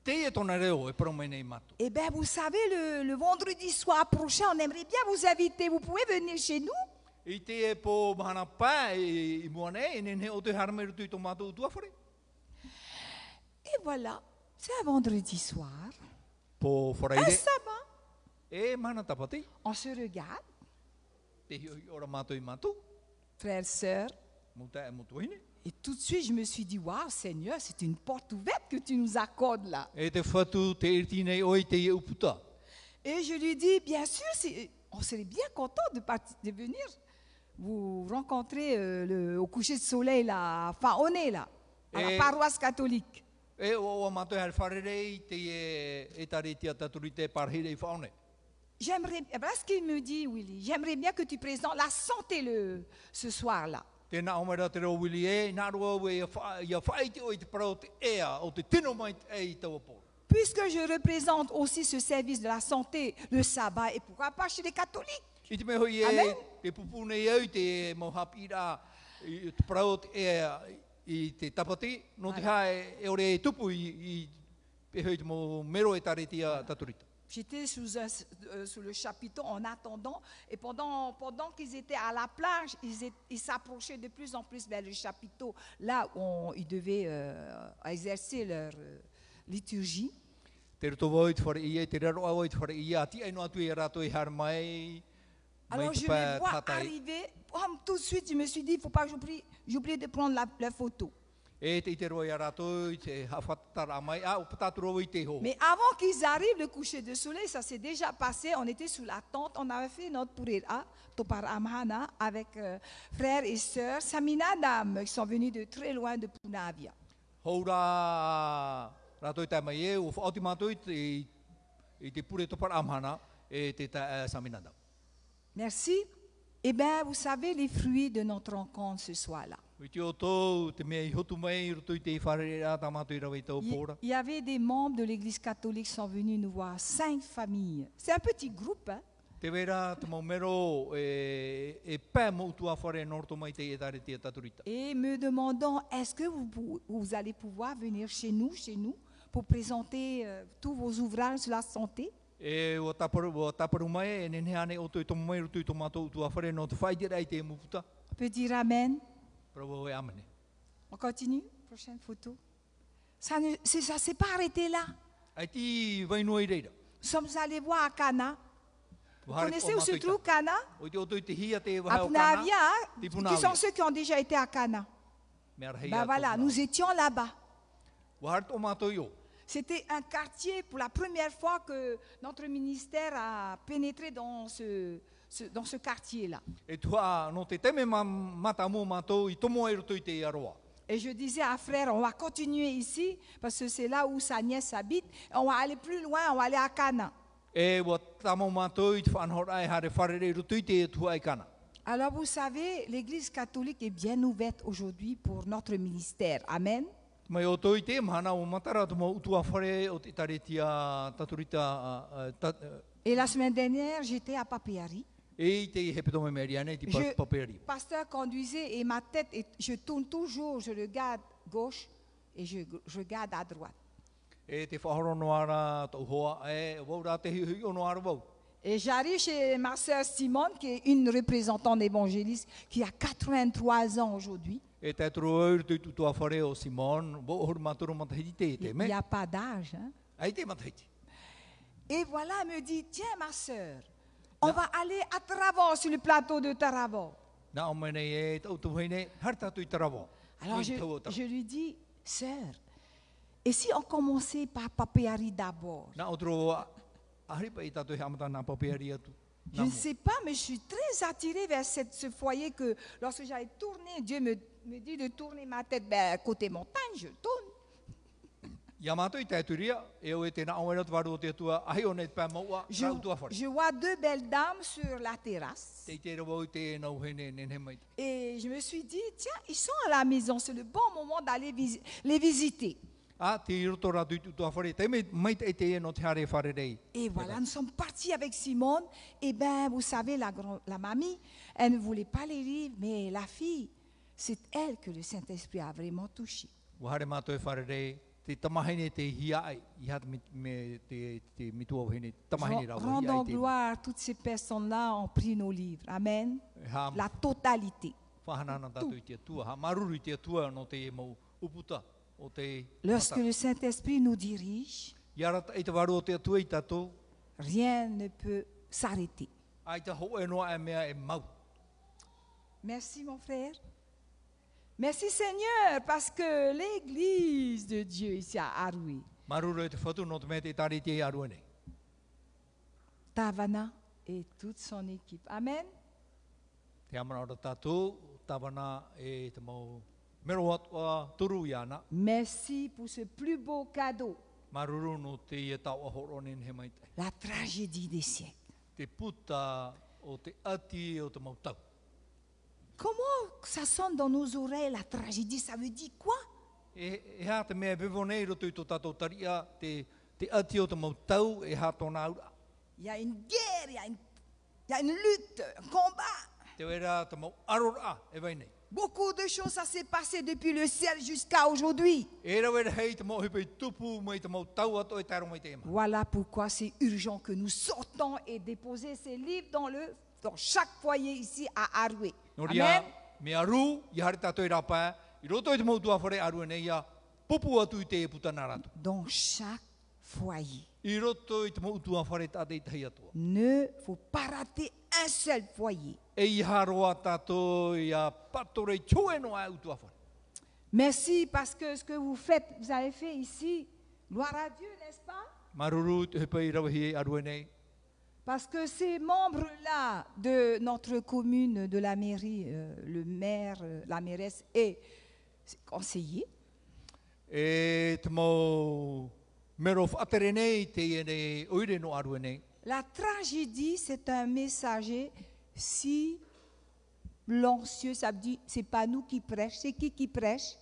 Speaker 2: Te e tōna reo e paromai nei matu.
Speaker 1: Et bien vous savez, le, le vendredi soir prochain, on aimerait bien vous inviter. Vous pouvez venir chez nous.
Speaker 2: I te e pō mahana pā i, i mua nei, e nene o te harame rutu i tō mātou utua whare.
Speaker 1: Et voilà, c'est un vendredi soir. Un
Speaker 2: Pō whareire,
Speaker 1: sabbat.
Speaker 2: e mahana tapati,
Speaker 1: On se regarde,
Speaker 2: te hioi ora mātou i mātou,
Speaker 1: frères, sœurs.
Speaker 2: mūta e motuine.
Speaker 1: Et tout de suite, je me suis dit, waouh, Seigneur, c'est une porte ouverte que tu nous accordes là.
Speaker 2: E te whatu te irti nei oi te e uputa.
Speaker 1: Et je lui dis, bien sûr, c'est- on serait bien content de, parti- de venir vous rencontrer euh, le- au coucher de soleil, là, à Faoné, là, à
Speaker 2: Et-
Speaker 1: la paroisse catholique.
Speaker 2: E o o mātou e whareire i te e, e tare tia taturi te parhire i whaone.
Speaker 1: J'aimerais, eh ben, ce qu'il me dit, Willy, j'aimerais bien que tu présentes la santé le, ce soir-là.
Speaker 2: Tēnā omera te reo wili e, nā roa ue ia wha- ia whaiti o i te parau te ea, o te tino mai te e i tau apō.
Speaker 1: Puisque je représente aussi ce service de la santé, le sabbat, et pourquoi pas chez les catholiques
Speaker 2: I te meho i e,
Speaker 1: Amen.
Speaker 2: te pupune i au te mohap i rā, i te parau te e, i te tapati, no te hae e ore e tupu i, i e hoi te mo mero e tare tia taturita.
Speaker 1: J'étais sous, un- euh, sous le chapiteau en attendant, et pendant, pendant qu'ils étaient à la plage, ils é- ils s'approchaient de plus en plus vers le chapiteau, là où on- ils devaient euh, exercer leur euh, liturgie.
Speaker 2: Te roto wau i te whare i e, te raro au i te whare i e, ati ainu atu i rato i har mai, mai
Speaker 1: Alors
Speaker 2: te
Speaker 1: je
Speaker 2: pā
Speaker 1: les vois
Speaker 2: tātai.
Speaker 1: arriver, Hum, tout de suite je me suis dit, il ne faut pas que j'oublie, j'oublie de prendre la, la photo.
Speaker 2: E te i te roa i rato i te hawhatara mai, a o pataturo i te ho.
Speaker 1: Mais avant qu'ils arrivent, le coucher de soleil, ça s'est déjà passé, on était sous la tente, on avait fait notre purera, Topar Amhana, avec euh, frères et sœurs, Samina Dam, qui sont venus de très loin de Punavia.
Speaker 2: Houra rato i tai mai e, o whaoti mātou i te, i te pure topar amhana, e te tā saminanda.
Speaker 1: Merci. Eh bien, vous savez les fruits de notre rencontre ce soir-là.
Speaker 2: I te o tō, te mea i hotu mai, i roto i te whare rā, tā mātou i rawa i tau
Speaker 1: Il
Speaker 2: pōra.
Speaker 1: il y avait des membres de l'Église catholique qui sont venus nous voir, cinq familles. C'est un petit groupe, hein?
Speaker 2: Te wera, te mau mero, e, e pē mou tua whare norto mai te e tare te taturita.
Speaker 1: et me demandant est-ce que vous, pou- vous allez pouvoir venir chez nous, chez nous, pour présenter euh, tous vos ouvrages sur la santé.
Speaker 2: E o taparu, o taparu mai, e nene ane o tui tomo mai, o tui tomato utu a whare, no te whaidera i te muputa,
Speaker 1: On peut dire Amen.
Speaker 2: pra wawe amane.
Speaker 1: On continue Prochaine photo. Ça ne c'est- ça s'est pas arrêté là.
Speaker 2: Ai ti vainua i reira.
Speaker 1: Nous sommes allés voir à Cana. Vous
Speaker 2: Wahare
Speaker 1: connaissez
Speaker 2: o
Speaker 1: où se
Speaker 2: mātou i tā.
Speaker 1: trouve Cana
Speaker 2: O te o tui te hia te
Speaker 1: À
Speaker 2: waha o kana,
Speaker 1: Punaavia, hein,
Speaker 2: te
Speaker 1: qui sont
Speaker 2: punaavia.
Speaker 1: ceux qui ont déjà été à Cana.
Speaker 2: Me ara hei
Speaker 1: Ben
Speaker 2: a
Speaker 1: voilà, nous étions là-bas.
Speaker 2: Wahare o mātou i o.
Speaker 1: C'était un quartier pour la première fois que notre ministère a pénétré dans ce, ce- dans ce quartier-là.
Speaker 2: E tua, no te teme ma, mata mō mātou, i tomo e roto i te aroa.
Speaker 1: Et je disais à frère, on va continuer ici parce que c'est là où sa nièce habite. On va aller plus loin, on va aller à Cana.
Speaker 2: E wa tamo mātou i te whanhora e hare wharere roto i te tua e kana.
Speaker 1: Alors vous savez, l'Église catholique est bien ouverte aujourd'hui pour notre ministère. Amen.
Speaker 2: Mai o toi te mahana o matara tu mau utua whare o te taretia taturita a- a- ta,
Speaker 1: Et la semaine dernière, j'étais à Papiari.
Speaker 2: e i te hepetome meri ane ti
Speaker 1: Je-
Speaker 2: pa- paperi.
Speaker 1: pasteur conduisait et ma tête, est- je tourne toujours, je regarde gauche et je, je regarde à droite.
Speaker 2: E te whahoro no ara tau hoa e wau rā te hui hui o no ara wau.
Speaker 1: Et j'arrive chez ma sœur Simone, qui est une représentante évangéliste, qui a 83 ans aujourd'hui.
Speaker 2: E te turu au tu utua whare o Simon, wau horu maturu matahiti te e te
Speaker 1: Il n'y
Speaker 2: me.
Speaker 1: a pas d'âge. hein.
Speaker 2: Ai te matahiti.
Speaker 1: Et voilà, elle me dit, tiens ma sœur, on va aller à Travor, sur le plateau de Taravor.
Speaker 2: Nā o mene e tau tu heine, har tatu i tarawa.
Speaker 1: Alors
Speaker 2: Tui
Speaker 1: je,
Speaker 2: tau o tarawa.
Speaker 1: je lui dis, sœur, et si on commençait par Papéari d'abord
Speaker 2: Nā o turu a- aharipa i tatu he amata nā paperi atu.
Speaker 1: Je
Speaker 2: Nā
Speaker 1: ne
Speaker 2: mua.
Speaker 1: sais pas, mais je suis très attirée vers cette- ce foyer que lorsque j'avais tourné, Dieu me, me dit de tourner ma tête ben, côté montagne, je tourne.
Speaker 2: Ia mātou i tēturia, e o e te nā oera tu waru o te tua, ahi o nei pā maua,
Speaker 1: Je,
Speaker 2: rau tua whare.
Speaker 1: je vois deux belles dames sur la terrasse
Speaker 2: Te i te rawa o te nau hene nene mai.
Speaker 1: et je me suis dit, tiens, ils sont à la maison, c'est le bon moment d'aller visi- les visiter.
Speaker 2: A te i roto rā tu tua whare, te mei mai te te e no te hare whare rei.
Speaker 1: Et voilà, nous sommes partis avec Simone. Et bien, vous savez, la, grand- la mamie, elle ne voulait pas les livres, mais la fille, c'est elle que le Saint-Esprit a vraiment touchée.
Speaker 2: Wahare mātou e whare rei, te tamahene te hia ai, i hat me, me te, te mitua o hene, tamahene rau o hia
Speaker 1: Rendons
Speaker 2: ai te.
Speaker 1: gloire à toutes ces personnes-là ont pris nos livres. Amen.
Speaker 2: Ha
Speaker 1: La totalité.
Speaker 2: whahanana tatu i te tua, ha maruru i te tua no te e mau uputa o te
Speaker 1: Lorsque
Speaker 2: mata.
Speaker 1: le Saint-Esprit nous dirige,
Speaker 2: Ia rata i te waru o te tua i tatu,
Speaker 1: rien ne peut s'arrêter.
Speaker 2: a i te ho e noa e mea e mau.
Speaker 1: Merci mon frère. Merci Seigneur parce que l'église de Dieu ici à Aroué,
Speaker 2: Maruru e te whatu no te mea te tari te arua nei.
Speaker 1: Tavana et toute son équipe. Amen.
Speaker 2: Te amana ora tātou, tāwana e te mau mero atua turu i ana,
Speaker 1: Merci pour ce plus beau cadeau,
Speaker 2: maruru no te e tau ahoro nen he mai tai.
Speaker 1: la tragédie des siècles.
Speaker 2: Te puta o te ati e o te mau tau.
Speaker 1: Comment ça sonne dans nos oreilles la tragédie Ça veut dire quoi
Speaker 2: E, e hā te mea vivo nei roto i tō tātou taria, te, te ati o te mau tau e hā tōna aura.
Speaker 1: Il y a une guerre, il y a une, il y a une lutte, un combat.
Speaker 2: Te wera te mau arora e vai nei.
Speaker 1: Beaucoup de choses, ça s'est passé depuis le ciel jusqu'à aujourd'hui.
Speaker 2: E rawe hei te mau hipe i tupu mai te mau tau ato e taro mai te ema.
Speaker 1: Voilà pourquoi c'est urgent que nous sortons et déposer ces livres dans, le, dans chaque foyer ici à Aroué.
Speaker 2: Noria,
Speaker 1: Amen.
Speaker 2: me aru, i hare tātou i rapa, i roto i te mau tua whare aru nei ia, pupu atu i te e putana ratu.
Speaker 1: Dans chaque foyer.
Speaker 2: I roto i te mautu a whare tātei tahi atua.
Speaker 1: Ne faut pas rater un seul foyer.
Speaker 2: E i haroa tātou i a patorei choe no a utu a whare.
Speaker 1: Merci parce que ce que vous faites, vous avez fait ici. Gloire à Dieu, n'est-ce pas
Speaker 2: Maruru te hepa i rawahi e arue nei.
Speaker 1: Parce que ces membres-là de notre commune, de la mairie, euh, le maire, euh, la mairesse et conseiller,
Speaker 2: E te mau mero whatere nei te i nei oire no arue nei.
Speaker 1: la tragédie, c'est un messager silencieux. Ça veut dire, c'est pas nous qui prêchons, c'est qui qui prêche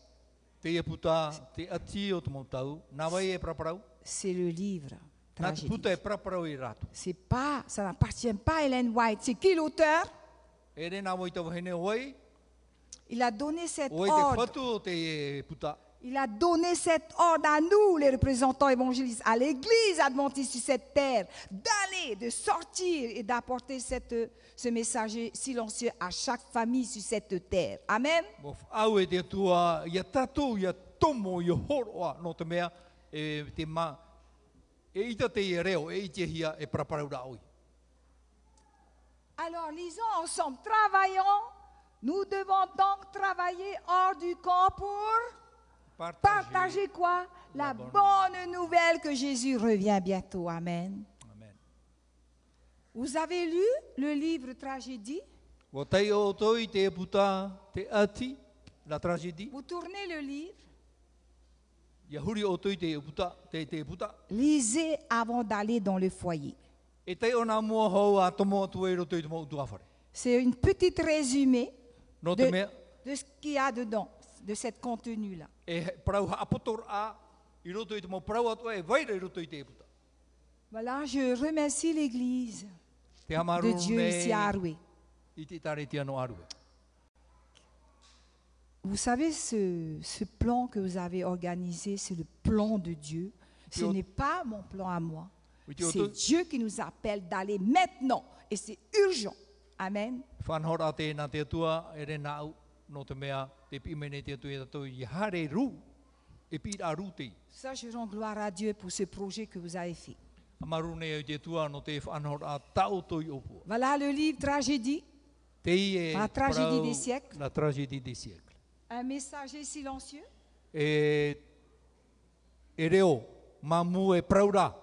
Speaker 2: Te e puta, te ati o te mautau, nā wai e praparau,
Speaker 1: C'est le livre.
Speaker 2: nā te
Speaker 1: Tragédie.
Speaker 2: puta e praparau i rātu.
Speaker 1: C'est pas, ça n'appartient pas à Hélène White. C'est qui l'auteur
Speaker 2: E re nā wai tau wahine oi,
Speaker 1: Il a donné cet
Speaker 2: oi te
Speaker 1: ordre.
Speaker 2: whatu o te e puta,
Speaker 1: Il a donné cet ordre à nous, les représentants évangélistes, à l'Église adventiste sur cette terre, d'aller, de sortir et d'apporter cette, ce messager silencieux à chaque famille sur cette terre. Amen.
Speaker 2: Mo f- awe te tua, ia tatou, ia tomo, ia horoa no te mea e te mā. E ita te i reo, e i te hia e parapareura oi.
Speaker 1: Alors lisons ensemble, travaillons. Nous devons donc travailler hors du camp pour... Partagez quoi La bonne, nouvelle que Jésus revient bientôt. Amen.
Speaker 2: Amen.
Speaker 1: Vous avez lu le livre Tragédie
Speaker 2: Wa tai o toi te e puta te ati, la tragedi.
Speaker 1: Vous tournez le livre,
Speaker 2: Ia huri o toi te e puta, te te e puta.
Speaker 1: lisez avant d'aller dans le foyer.
Speaker 2: E tai o nā mua hau a tomo atu e roto i tomo utu awhare.
Speaker 1: C'est une petite résumé
Speaker 2: No te
Speaker 1: de,
Speaker 2: mea,
Speaker 1: de ce qu'il y a dedans, de cet contenu-là.
Speaker 2: e he- parau haapoto a i roto i tomo parau atu e vaira i roto i te e puta.
Speaker 1: Voilà, je remercie l'Église de
Speaker 2: Te hamaru
Speaker 1: Dieu ici à
Speaker 2: nei
Speaker 1: Aroué.
Speaker 2: i te tare te ano arue.
Speaker 1: Vous savez, ce, ce plan que vous avez organisé, c'est le plan de Dieu. Ce
Speaker 2: Puis on-
Speaker 1: n'est pas mon plan à moi.
Speaker 2: Oui, tu
Speaker 1: C'est
Speaker 2: entends-
Speaker 1: Dieu qui nous appelle d'aller maintenant. Et c'est urgent. Amen.
Speaker 2: Whanhora te nā te atua e re nā au no te mea te pi mene te atu e tatou i hare rū e pi rā rū te.
Speaker 1: Ça, je rends gloire à Dieu pour ce projet que vous avez fait.
Speaker 2: Amaru nei au te atua no te whanhora a tau toi opua.
Speaker 1: Voilà le livre Tragédie,
Speaker 2: Te i e
Speaker 1: La tragédie
Speaker 2: parau-
Speaker 1: des siècles.
Speaker 2: La tragédie des siècles.
Speaker 1: un messager silencieux.
Speaker 2: E, e reo, mamu e praura,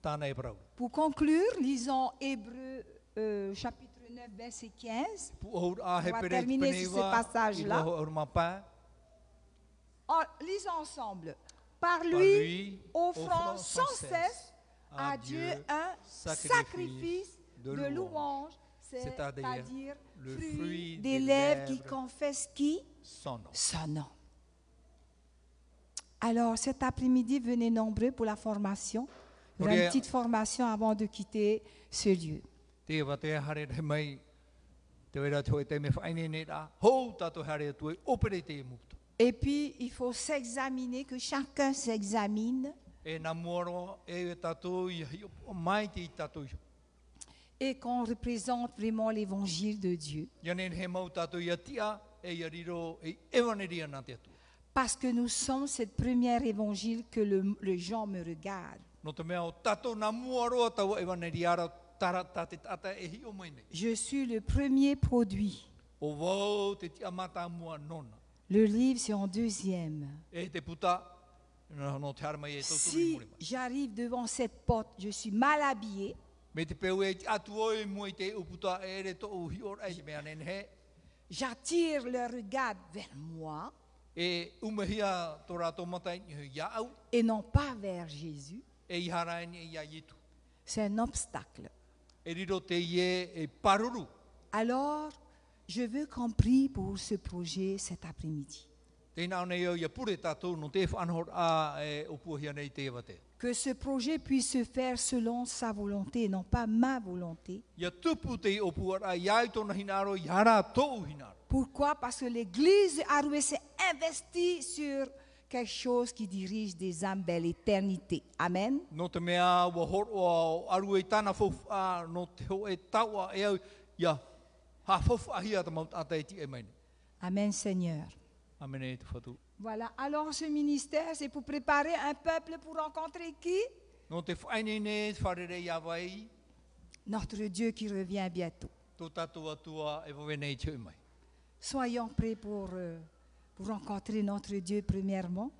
Speaker 2: tāna e praura.
Speaker 1: Pour conclure, lisons Hébreu euh, chapitre 9, verset 15.
Speaker 2: Pu ohur a he
Speaker 1: On va
Speaker 2: pere te
Speaker 1: terminer sur
Speaker 2: peneiwa,
Speaker 1: ce passage-là.
Speaker 2: i roho ohur mapā,
Speaker 1: En- lisons ensemble. Par lui,
Speaker 2: par lui,
Speaker 1: offrant sans cesse à Dieu un sacrifice de louange, c'est-à-dire le fruit des lèvres qui confessent qui
Speaker 2: son nom.
Speaker 1: Son nom. Alors cet après-midi, venez nombreux pour la formation. Il y aura
Speaker 2: Ore-
Speaker 1: une petite formation avant de quitter ce lieu.
Speaker 2: Te wa te hare te mai, te wera te hoi te me whaine ne rā, hou tato hare tu e opere te e mutu.
Speaker 1: Et puis, il faut s'examiner, que chacun s'examine
Speaker 2: E nā muaro e e tato i hi o mai te i tato i.
Speaker 1: et qu'on représente vraiment l'évangile de Dieu.
Speaker 2: Iane he mau tato i atia, e i ariro e evaneria nā te atua.
Speaker 1: Parce que nous sommes cette première évangile que le, le gens me regarde.
Speaker 2: No te mea o tato nā muaro tau evaneriara tara tate tata e hi o mai nei.
Speaker 1: Je suis le premier produit.
Speaker 2: O wau te tia mata mua nona.
Speaker 1: Le livre, c'est en deuxième.
Speaker 2: E te puta, no, no te arma i e tautu i
Speaker 1: Si
Speaker 2: muri mai.
Speaker 1: j'arrive devant cette porte, je suis mal habillée,
Speaker 2: Me te peu e atu oi mua i te uputa e re to uhi ora e te mea nen he.
Speaker 1: j'attire leur regard vers moi
Speaker 2: E umehia tō rātou mata i hui ia au,
Speaker 1: et non pas vers Jésus.
Speaker 2: e i haraini e ia yitu.
Speaker 1: C'est un obstacle.
Speaker 2: E riro te ie e paruru.
Speaker 1: Alors, je veux qu'on prie pour ce projet cet après-midi.
Speaker 2: Tēnā o nei au ia pure tātou no te whanhor a e opuahia nei te ewa te.
Speaker 1: Que ce projet puisse se faire selon sa volonté, et non pas ma volonté.
Speaker 2: Ia tupu te opuara iai tōna hinaro, i hara tōu hinaro.
Speaker 1: Pourquoi Parce que l'Église de Haroué s'est investie sur quelque chose qui dirige des âmes vers l'éternité. Amen.
Speaker 2: No te mea wa horo o aru e tāna fofua, no te ho e taua e au, ia ha fofua hia ta maut ata e ti e maini.
Speaker 1: Amen, Seigneur.
Speaker 2: Amene e te whatu.
Speaker 1: Voilà, alors ce ministère, c'est pour préparer un peuple pour rencontrer qui
Speaker 2: No te whaine ne, wharere ia wai,
Speaker 1: Notre Dieu qui revient bientôt.
Speaker 2: tō tātou atua e wawe nei te mai.
Speaker 1: Soyons prêts pour, euh, pour rencontrer notre Dieu premièrement,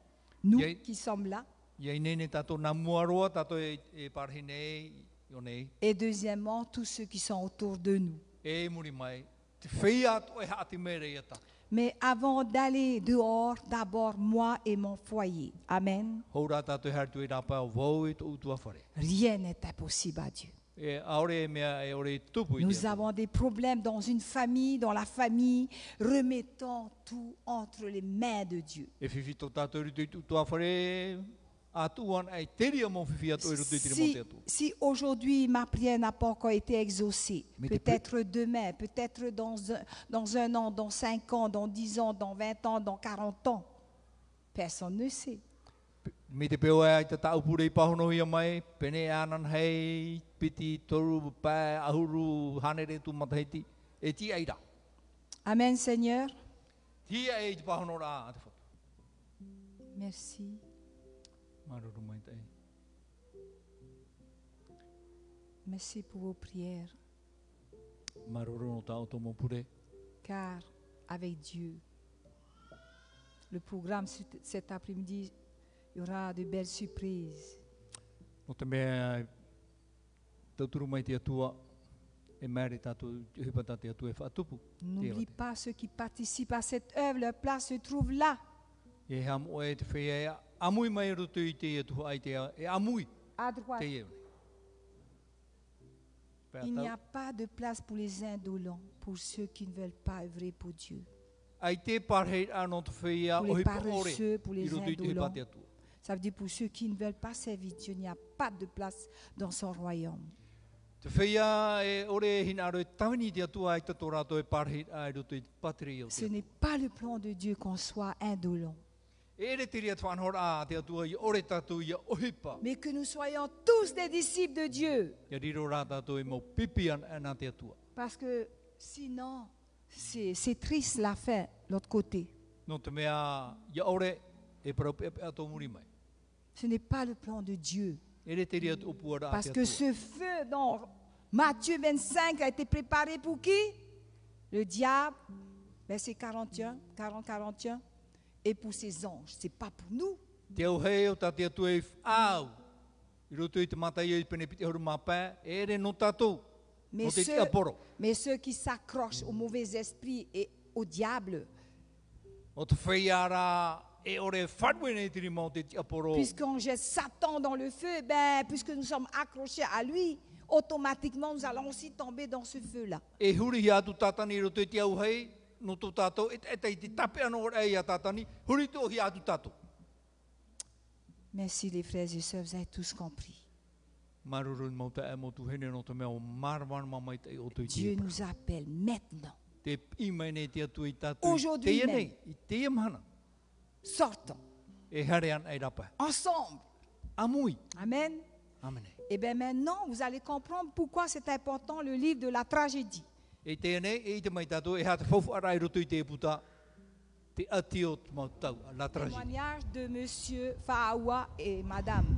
Speaker 1: nous
Speaker 2: Yay.
Speaker 1: qui sommes là,
Speaker 2: Ia i nene tātou nā muaroa, tātou e, e parhe nei, i o nei,
Speaker 1: et deuxièmement, tous ceux qui sont autour de nous.
Speaker 2: e muri mai. Te whia ato e haati mere ia ta.
Speaker 1: Mais avant d'aller dehors, d'abord moi et mon foyer. Amen.
Speaker 2: Houra tātou e hartu e rāpa o vau e tō utua whare.
Speaker 1: Rien n'est impossible à Dieu.
Speaker 2: E aore e mea e ore tupu i
Speaker 1: Nous
Speaker 2: te.
Speaker 1: avons des problèmes dans une famille, dans la famille. Remettons tout entre les mains de Dieu.
Speaker 2: E whiwhi tō tātou rutu i tūtua whare, a tūan ai teria mō whiwhi atu i rutu i tere mō
Speaker 1: Si,
Speaker 2: te atu.
Speaker 1: si aujourd'hui ma prière n'a pas encore été exaucée,
Speaker 2: Mais t'es
Speaker 1: peut-être demain, peut-être dans un, dans un an, dans cinq ans, dans dix ans, dans vingt ans, dans quarante ans, Personne ne sait.
Speaker 2: Mi te peo ai te tau pure i pahono ia mai, pene anan hei, piti, toru, pae, ahuru, hanere tu matahiti, e tia i ra.
Speaker 1: Amen Seigneur.
Speaker 2: Tia e i te pahono ra a te whatu.
Speaker 1: Merci.
Speaker 2: Maruru mai te ei.
Speaker 1: Merci pour vos prières.
Speaker 2: Maruru no tau tomo pure.
Speaker 1: Car avec Dieu, le programme cet- cet après-midi, il y aura de belles surprises.
Speaker 2: No te mea e tauturu mai te atua, e mere tatu, te hipa tate atua e whatupu.
Speaker 1: N'oublie pas ceux qui participent à cette œuvre, leur place se trouve là.
Speaker 2: E hea mo e te whea e amui mai rutu i te atua ai te a- e amui
Speaker 1: À droite,
Speaker 2: te e one. Pea
Speaker 1: il n'y
Speaker 2: tau-
Speaker 1: a pas de place pour les indolents, pour ceux qui ne veulent pas œuvrer pour Dieu.
Speaker 2: Ai te parheit anō te whia
Speaker 1: Pour
Speaker 2: o
Speaker 1: les
Speaker 2: hipa ore
Speaker 1: paresseux, pour les
Speaker 2: i roto i te hipa
Speaker 1: indolents.
Speaker 2: te atua.
Speaker 1: Ça veut dire pour ceux qui ne veulent pas servir Dieu, il n'y a pas de place dans son royaume.
Speaker 2: Te whia e ore e hina aro e tawini i te atua ai te tō rātou e parheit a i roto i te patiri o
Speaker 1: Ce
Speaker 2: te atua.
Speaker 1: n'est pas le plan de Dieu qu'on soit indolent,
Speaker 2: E ere te ria te whanhora a te atua i ore tatu i a ohipa.
Speaker 1: mais que nous soyons tous des disciples de Dieu.
Speaker 2: Ia riro rā tātou e mau pipi an ana te atua.
Speaker 1: Parce que sinon, c'est c'est triste la fin, l'autre côté.
Speaker 2: No te mea ia ore e paraupepe a tō muri mai.
Speaker 1: Ce n'est pas le plan de Dieu.
Speaker 2: Ere te ria te opua rā a
Speaker 1: Parce
Speaker 2: te
Speaker 1: que
Speaker 2: atua.
Speaker 1: ce feu dans Matthieu 25 a été préparé pour qui Le diable, verset 41, 40, 41, et pour ses anges. C'est pas pour nous.
Speaker 2: Te au hei o tā te atua e whaau. I roto i te matai e i pene piti horu māpē. E ere no tātou.
Speaker 1: Mais,
Speaker 2: No te
Speaker 1: ceux,
Speaker 2: te aporo.
Speaker 1: mais ceux qui s'accrochent aux mauvais esprits et au diable,
Speaker 2: O te whaia rā e ore whanwe nei tiri mau te te aporo.
Speaker 1: puisqu'on jette Satan dans le feu, ben, puisque nous sommes accrochés à lui, automatiquement nous allons aussi tomber dans ce feu-là.
Speaker 2: E huri hi atu tātani i roto i te au hei. No tō tātou e te i te tape anō ora e a tātani. Huri tō hi atu tātou.
Speaker 1: Merci les frères et sœurs, vous avez tous compris.
Speaker 2: Marurun mau te e mo tu hene no te mea o marwan mamai te i oto i te
Speaker 1: Dieu
Speaker 2: ipa.
Speaker 1: nous appelle maintenant.
Speaker 2: Te ima nei te atu i tātou.
Speaker 1: Aujourd'hui
Speaker 2: Te ia
Speaker 1: même.
Speaker 2: nei, i te ia mana.
Speaker 1: Sortons
Speaker 2: E hare an ei rapa.
Speaker 1: ensemble.
Speaker 2: Amui.
Speaker 1: Amen.
Speaker 2: Amene.
Speaker 1: Et bien maintenant, vous allez comprendre pourquoi c'est important le livre de la tragédie.
Speaker 2: E te ia nei, e i te mai tātou, e hea te faufu arai roto i te e puta. Te ati o te mau tau, a la tragi.
Speaker 1: Témoignage de Monsieur Fahawa et Madame.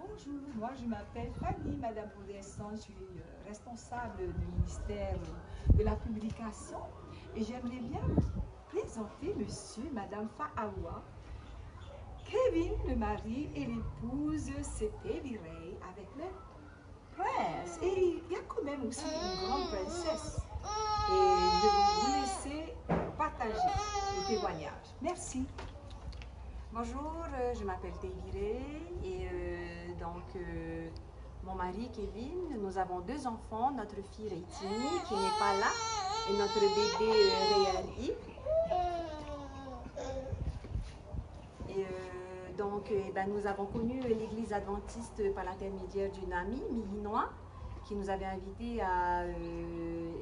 Speaker 3: Bonjour, moi je m'appelle Fanny, Madame Bourdesson, je suis euh, responsable du ministère euh, de la publication et j'aimerais bien présenter monsieur et madame Fahawa. Kevin, le mari et l'épouse, c'était Virey avec le prince. Et il y a quand même aussi une grande princesse. Et je vais vous laisser partager le témoignage. Merci.
Speaker 4: Bonjour, euh, je m'appelle Désirée et euh, donc euh, mon mari Kevin, nous avons deux enfants, notre fille Reitini qui n'est pas là et notre bébé euh, Rayali. Et euh, donc euh, eh ben, nous avons connu euh, l'église adventiste euh, par l'intermédiaire d'une amie, Milinois, qui nous avait invités à euh,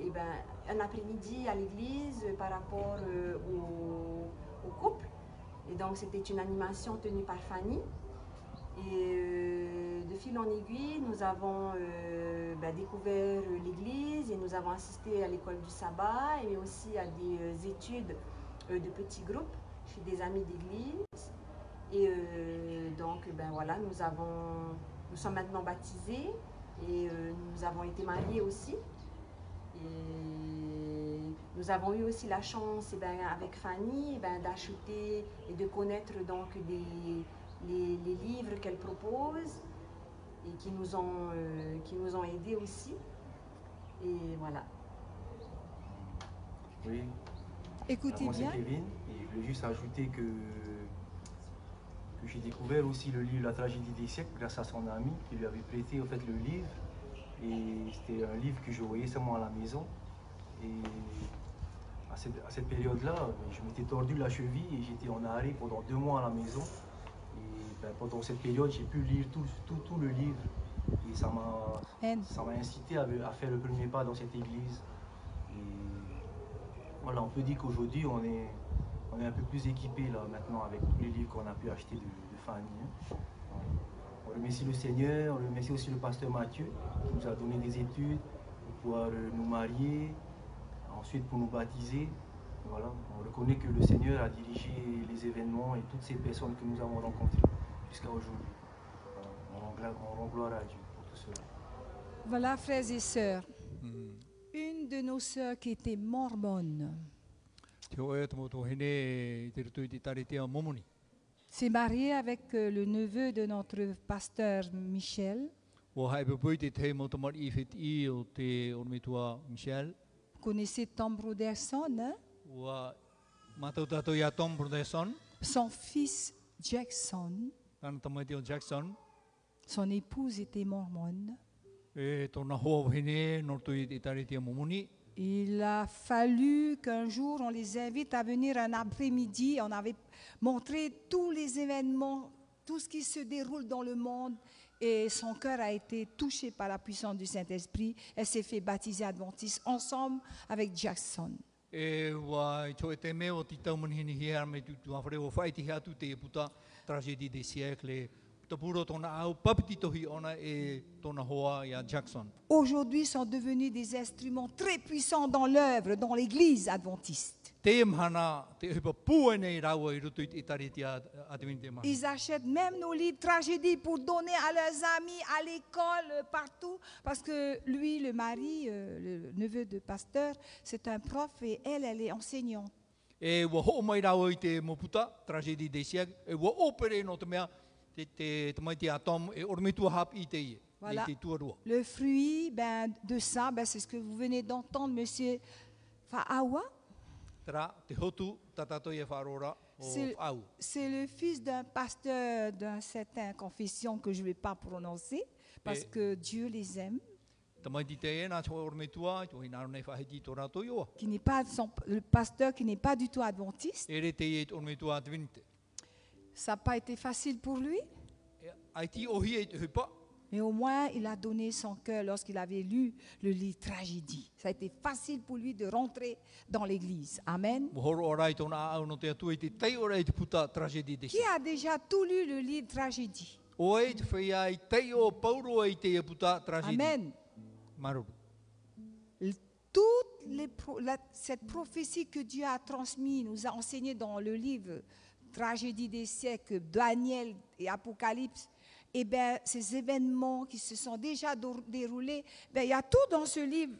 Speaker 4: eh ben, un après-midi à l'église euh, par rapport euh, au- au couple. Et donc, c'était une animation tenue par Fanny. Et euh, de fil en aiguille, nous avons euh, bah, découvert euh, l'église et nous avons assisté à l'école du sabbat et aussi à des euh, études euh, de petits groupes chez des amis d'église. Et euh, donc, ben voilà, nous, avons, nous sommes maintenant baptisés et euh, nous avons été mariés aussi. Et nous avons eu aussi la chance, eh ben, avec Fanny, eh ben, d'acheter et de connaître donc des- les, les livres qu'elle propose et qui nous ont, euh, qui nous ont aidés aussi. Et voilà.
Speaker 5: Oui,
Speaker 1: Écoutez
Speaker 5: Ah, moi c'est
Speaker 1: bien.
Speaker 5: Kevin. Et je voulais juste ajouter que, que j'ai découvert aussi le livre La tragédie des siècles grâce à son ami qui lui avait prêté en fait le livre. Et c'était un livre que je voyais seulement à la maison. Et à cette, à cette période-là, ben, je m'étais tordu la cheville et j'étais en arrêt pendant deux mois à la maison. Et ben, pendant cette période, j'ai pu lire tout, tout, tout le livre. Et ça m'a
Speaker 1: Amen.
Speaker 5: ça m'a incité à, à faire le premier pas dans cette église. Et voilà, on peut dire qu'aujourd'hui, on est, On est un peu plus équipé là maintenant avec tous les livres qu'on a pu acheter de, de Fanny. hein. On remercie le Seigneur, on remercie aussi le pasteur Mathieu qui nous a donné des études pour pouvoir euh, nous marier, ensuite pour nous baptiser. Voilà, on reconnaît que le Seigneur a dirigé les événements et toutes ces personnes que nous avons rencontrées jusqu'à aujourd'hui. Voilà. On rend gla- on rend gloire à Dieu pour tout cela.
Speaker 1: Voilà, frères et sœurs,
Speaker 2: Hmm.
Speaker 1: une de nos sœurs qui était mormone
Speaker 2: Tio e tomo to hene i te rutu i te tare te a momoni.
Speaker 1: s'est mariée avec euh, le neveu de notre pasteur Michel,
Speaker 2: O hai pepui te te mo tomar i fit i o te ormitua Michel.
Speaker 1: vous connaissez Tom Broderson, hein?
Speaker 2: Ua mātou tātou i a Tom Broderson,
Speaker 1: son fils Jackson,
Speaker 2: tāna tamai te o Jackson.
Speaker 1: son épouse était mormone.
Speaker 2: E tōna hoa wahine, nor tui i te tare te a momoni.
Speaker 1: Il a fallu qu'un jour on les invite à venir un après-midi. On avait montré tous les événements, tout ce qui se déroule dans le monde. Et son cœur a été touché par la puissance du Saint-Esprit. Elle s'est fait baptiser adventiste ensemble avec Jackson.
Speaker 2: E ua i tō e te mea o te taumanihini hea me tu tu awhare o whai te hea tu te puta tragedi de siècle. Te puro tōna au papiti tohi ona e tōna hoa i a Jackson.
Speaker 1: Aujourd'hui sont devenus des instruments très puissants dans l'œuvre, dans l'Église adventiste.
Speaker 2: Te mhana, te upa pua nei rawa i rutu i te tare te a advini te mahi.
Speaker 1: Ils achètent même nos livres tragédies pour donner à leurs amis, à l'école, euh, partout. Parce que lui, le mari, euh, le neveu de pasteur, c'est un prof et elle, elle est enseignante.
Speaker 2: E ua ho mai rawa i te moputa, tragedi de siècle. E ua opere no te mea, te, te, te mai te atom e ormitua hap i te ie.
Speaker 1: Voilà.
Speaker 2: I te tuarua.
Speaker 1: Le fruit ben, de ça, ben, c'est ce que vous venez d'entendre, monsieur Faawa.
Speaker 2: Tera, te hotu, tatato e wharora o
Speaker 1: C'est-
Speaker 2: au.
Speaker 1: C'est le fils d'un pasteur d'un certain confession que je ne vais pas prononcer parce
Speaker 2: Et-
Speaker 1: que Dieu les aime.
Speaker 2: Tamaiti te e, nā tō ormitua, tō hinaro nei whahiti tō rātou ioa.
Speaker 1: Qui n'est pas son- le pasteur qui n'est pas du tout adventiste.
Speaker 2: E re te e ormitua advinite.
Speaker 1: Ça n'a pas été facile pour lui.
Speaker 2: E, ai ti ohi e te hupa,
Speaker 1: Mais au moins, il a donné son cœur lorsqu'il avait lu le livre Tragédie. Ça a été facile pour lui de rentrer dans l'église. Amen.
Speaker 2: mohoro o rai tōna au no te atu e te tei o rai te puta tragedi de
Speaker 1: Qui a déjà tout lu le livre Tragédie
Speaker 2: O e te whea i tei o pauro e te e puta tragedi.
Speaker 1: Amen.
Speaker 2: Maruru.
Speaker 1: Le- Toute les pro- la- cette prophétie que Dieu a transmise, nous a enseigné dans le livre Tragédie des siècles, Daniel et Apocalypse, eh bien, ces événements qui se sont déjà do- déroulés, ben, il y a tout dans ce livre.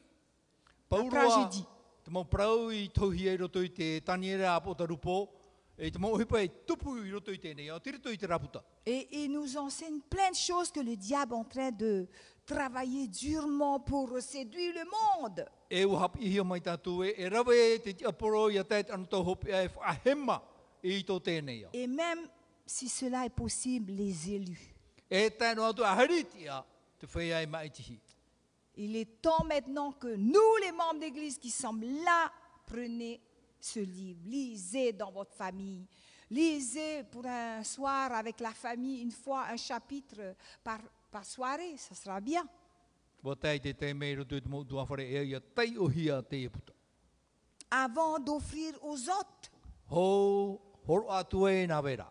Speaker 2: Pauroa,
Speaker 1: tragedy.
Speaker 2: te mau prau i tohi e roto i te taniera a pota rupo, e te mau hipa e tupu i roto i tēnei, au te roto i te raputa.
Speaker 1: Et il nous enseigne plein de choses que le diable est en train de travailler durement pour séduire le monde.
Speaker 2: E u hap ihi o mai tātou e, e rawe e te tia poro i a tēt anu tau hopi e whahema i tō tēnei. au.
Speaker 1: Et même si cela est possible, les élus.
Speaker 2: E tēnu atu a haritia te whea e maitihi.
Speaker 1: Il est temps maintenant que nous, les membres d'Église qui sommes là, prenez ce livre, lisez dans votre famille. Lisez pour un soir avec la famille, une fois un chapitre par, par soirée, ça sera bien.
Speaker 2: Wa tei te te mei roto i te mau tuawhare e ia tei o hia te e puta.
Speaker 1: Avant d'offrir aux autres,
Speaker 2: Ho, horo atu e nā vera.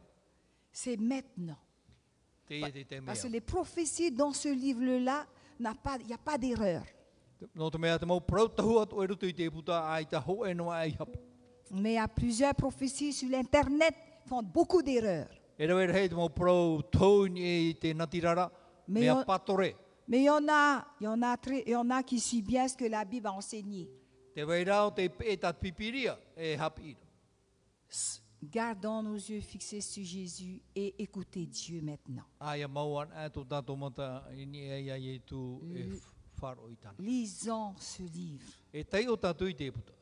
Speaker 1: c'est maintenant.
Speaker 2: Te e te te mea.
Speaker 1: Parce que les prophéties dans ce livre-là, n'a pas- il n'y a pas d'erreur.
Speaker 2: No te mea te mau prau tahu atu e roto i te e puta ai ta ho e noa ai hapa.
Speaker 1: Mais il y a plusieurs prophéties sur l'Internet qui font beaucoup d'erreurs.
Speaker 2: E rawe rei te mau prau tau ni e i te natirara
Speaker 1: Me
Speaker 2: mea
Speaker 1: o-
Speaker 2: patore.
Speaker 1: Mais il y en a, il y en a, très- il y en a qui suivent bien ce que la Bible a enseigné.
Speaker 2: Te wei rao te pe tat pipiria e hapi ira.
Speaker 1: S- Gardons nos yeux fixés sur Jésus et écoutez Dieu maintenant.
Speaker 2: Aia mauan e tō tātou mata i ni e ia i tū e wharo i tāna.
Speaker 1: Lisons ce livre
Speaker 2: E tei o tātou i te e puta.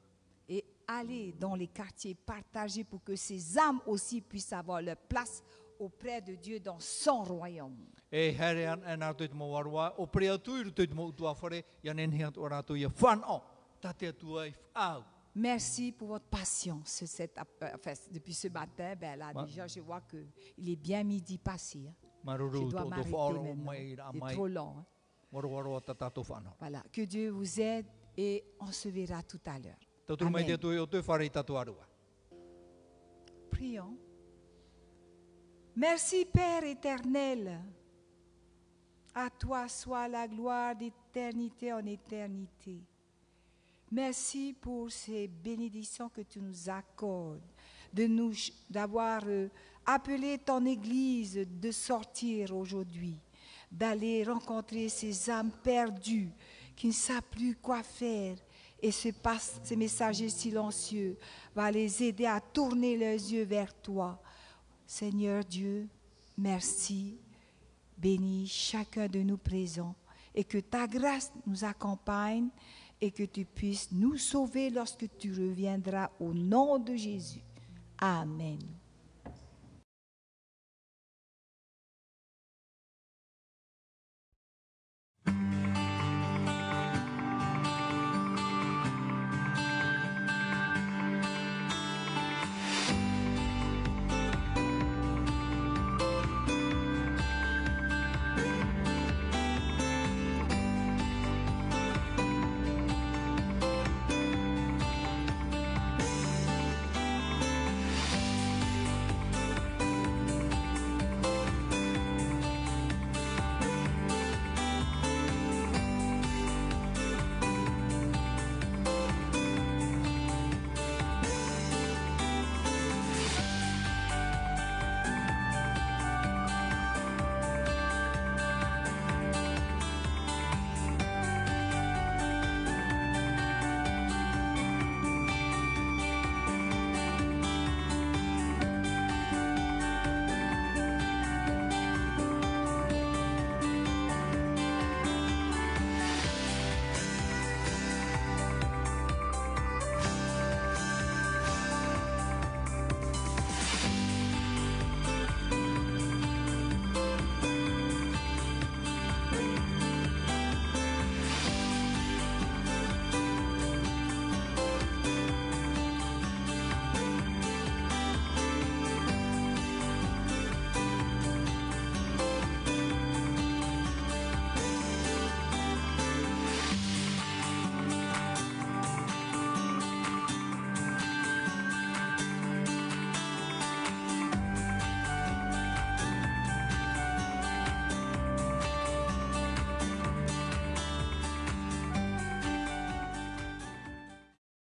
Speaker 1: et allez dans les quartiers partagés pour que ces âmes aussi puissent avoir leur place auprès de Dieu dans son royaume.
Speaker 2: E here an e nā tūtuma warua, o prea tūiru tūtuma utua whare, ia nenhe atu o rātou ia whanau, tā te atua i whāu.
Speaker 1: Merci pour votre patience sur cette ap- euh, enfin, depuis ce matin. Ben là,
Speaker 2: Ma-
Speaker 1: déjà, je vois qu'il est bien midi passé. hein. Je
Speaker 2: Maruru
Speaker 1: dois
Speaker 2: tō tō
Speaker 1: m'arrêter
Speaker 2: whaoro o
Speaker 1: maintenant.
Speaker 2: mai i rā
Speaker 1: C'est
Speaker 2: mai,
Speaker 1: trop lent. hein.
Speaker 2: waro waro a tā tātou whanau.
Speaker 1: Voilà. Que Dieu vous aide et on se verra tout à l'heure.
Speaker 2: Tau tūru mai
Speaker 1: Amen.
Speaker 2: te atua i o tō whare i tātou arua.
Speaker 1: prions. Merci Père éternel. À toi soit la gloire d'éternité en éternité. Merci pour ces bénédictions que tu nous accordes, de nous ch- d'avoir euh, appelé ton Église de sortir aujourd'hui, d'aller rencontrer ces âmes perdues qui ne savent plus quoi faire. Et ce pas- ces messagers silencieux va les aider à tourner leurs yeux vers toi. Seigneur Dieu, merci. Bénis chacun de nous présents et que ta grâce nous accompagne et que tu puisses nous sauver lorsque tu reviendras au nom de Jésus. Amen.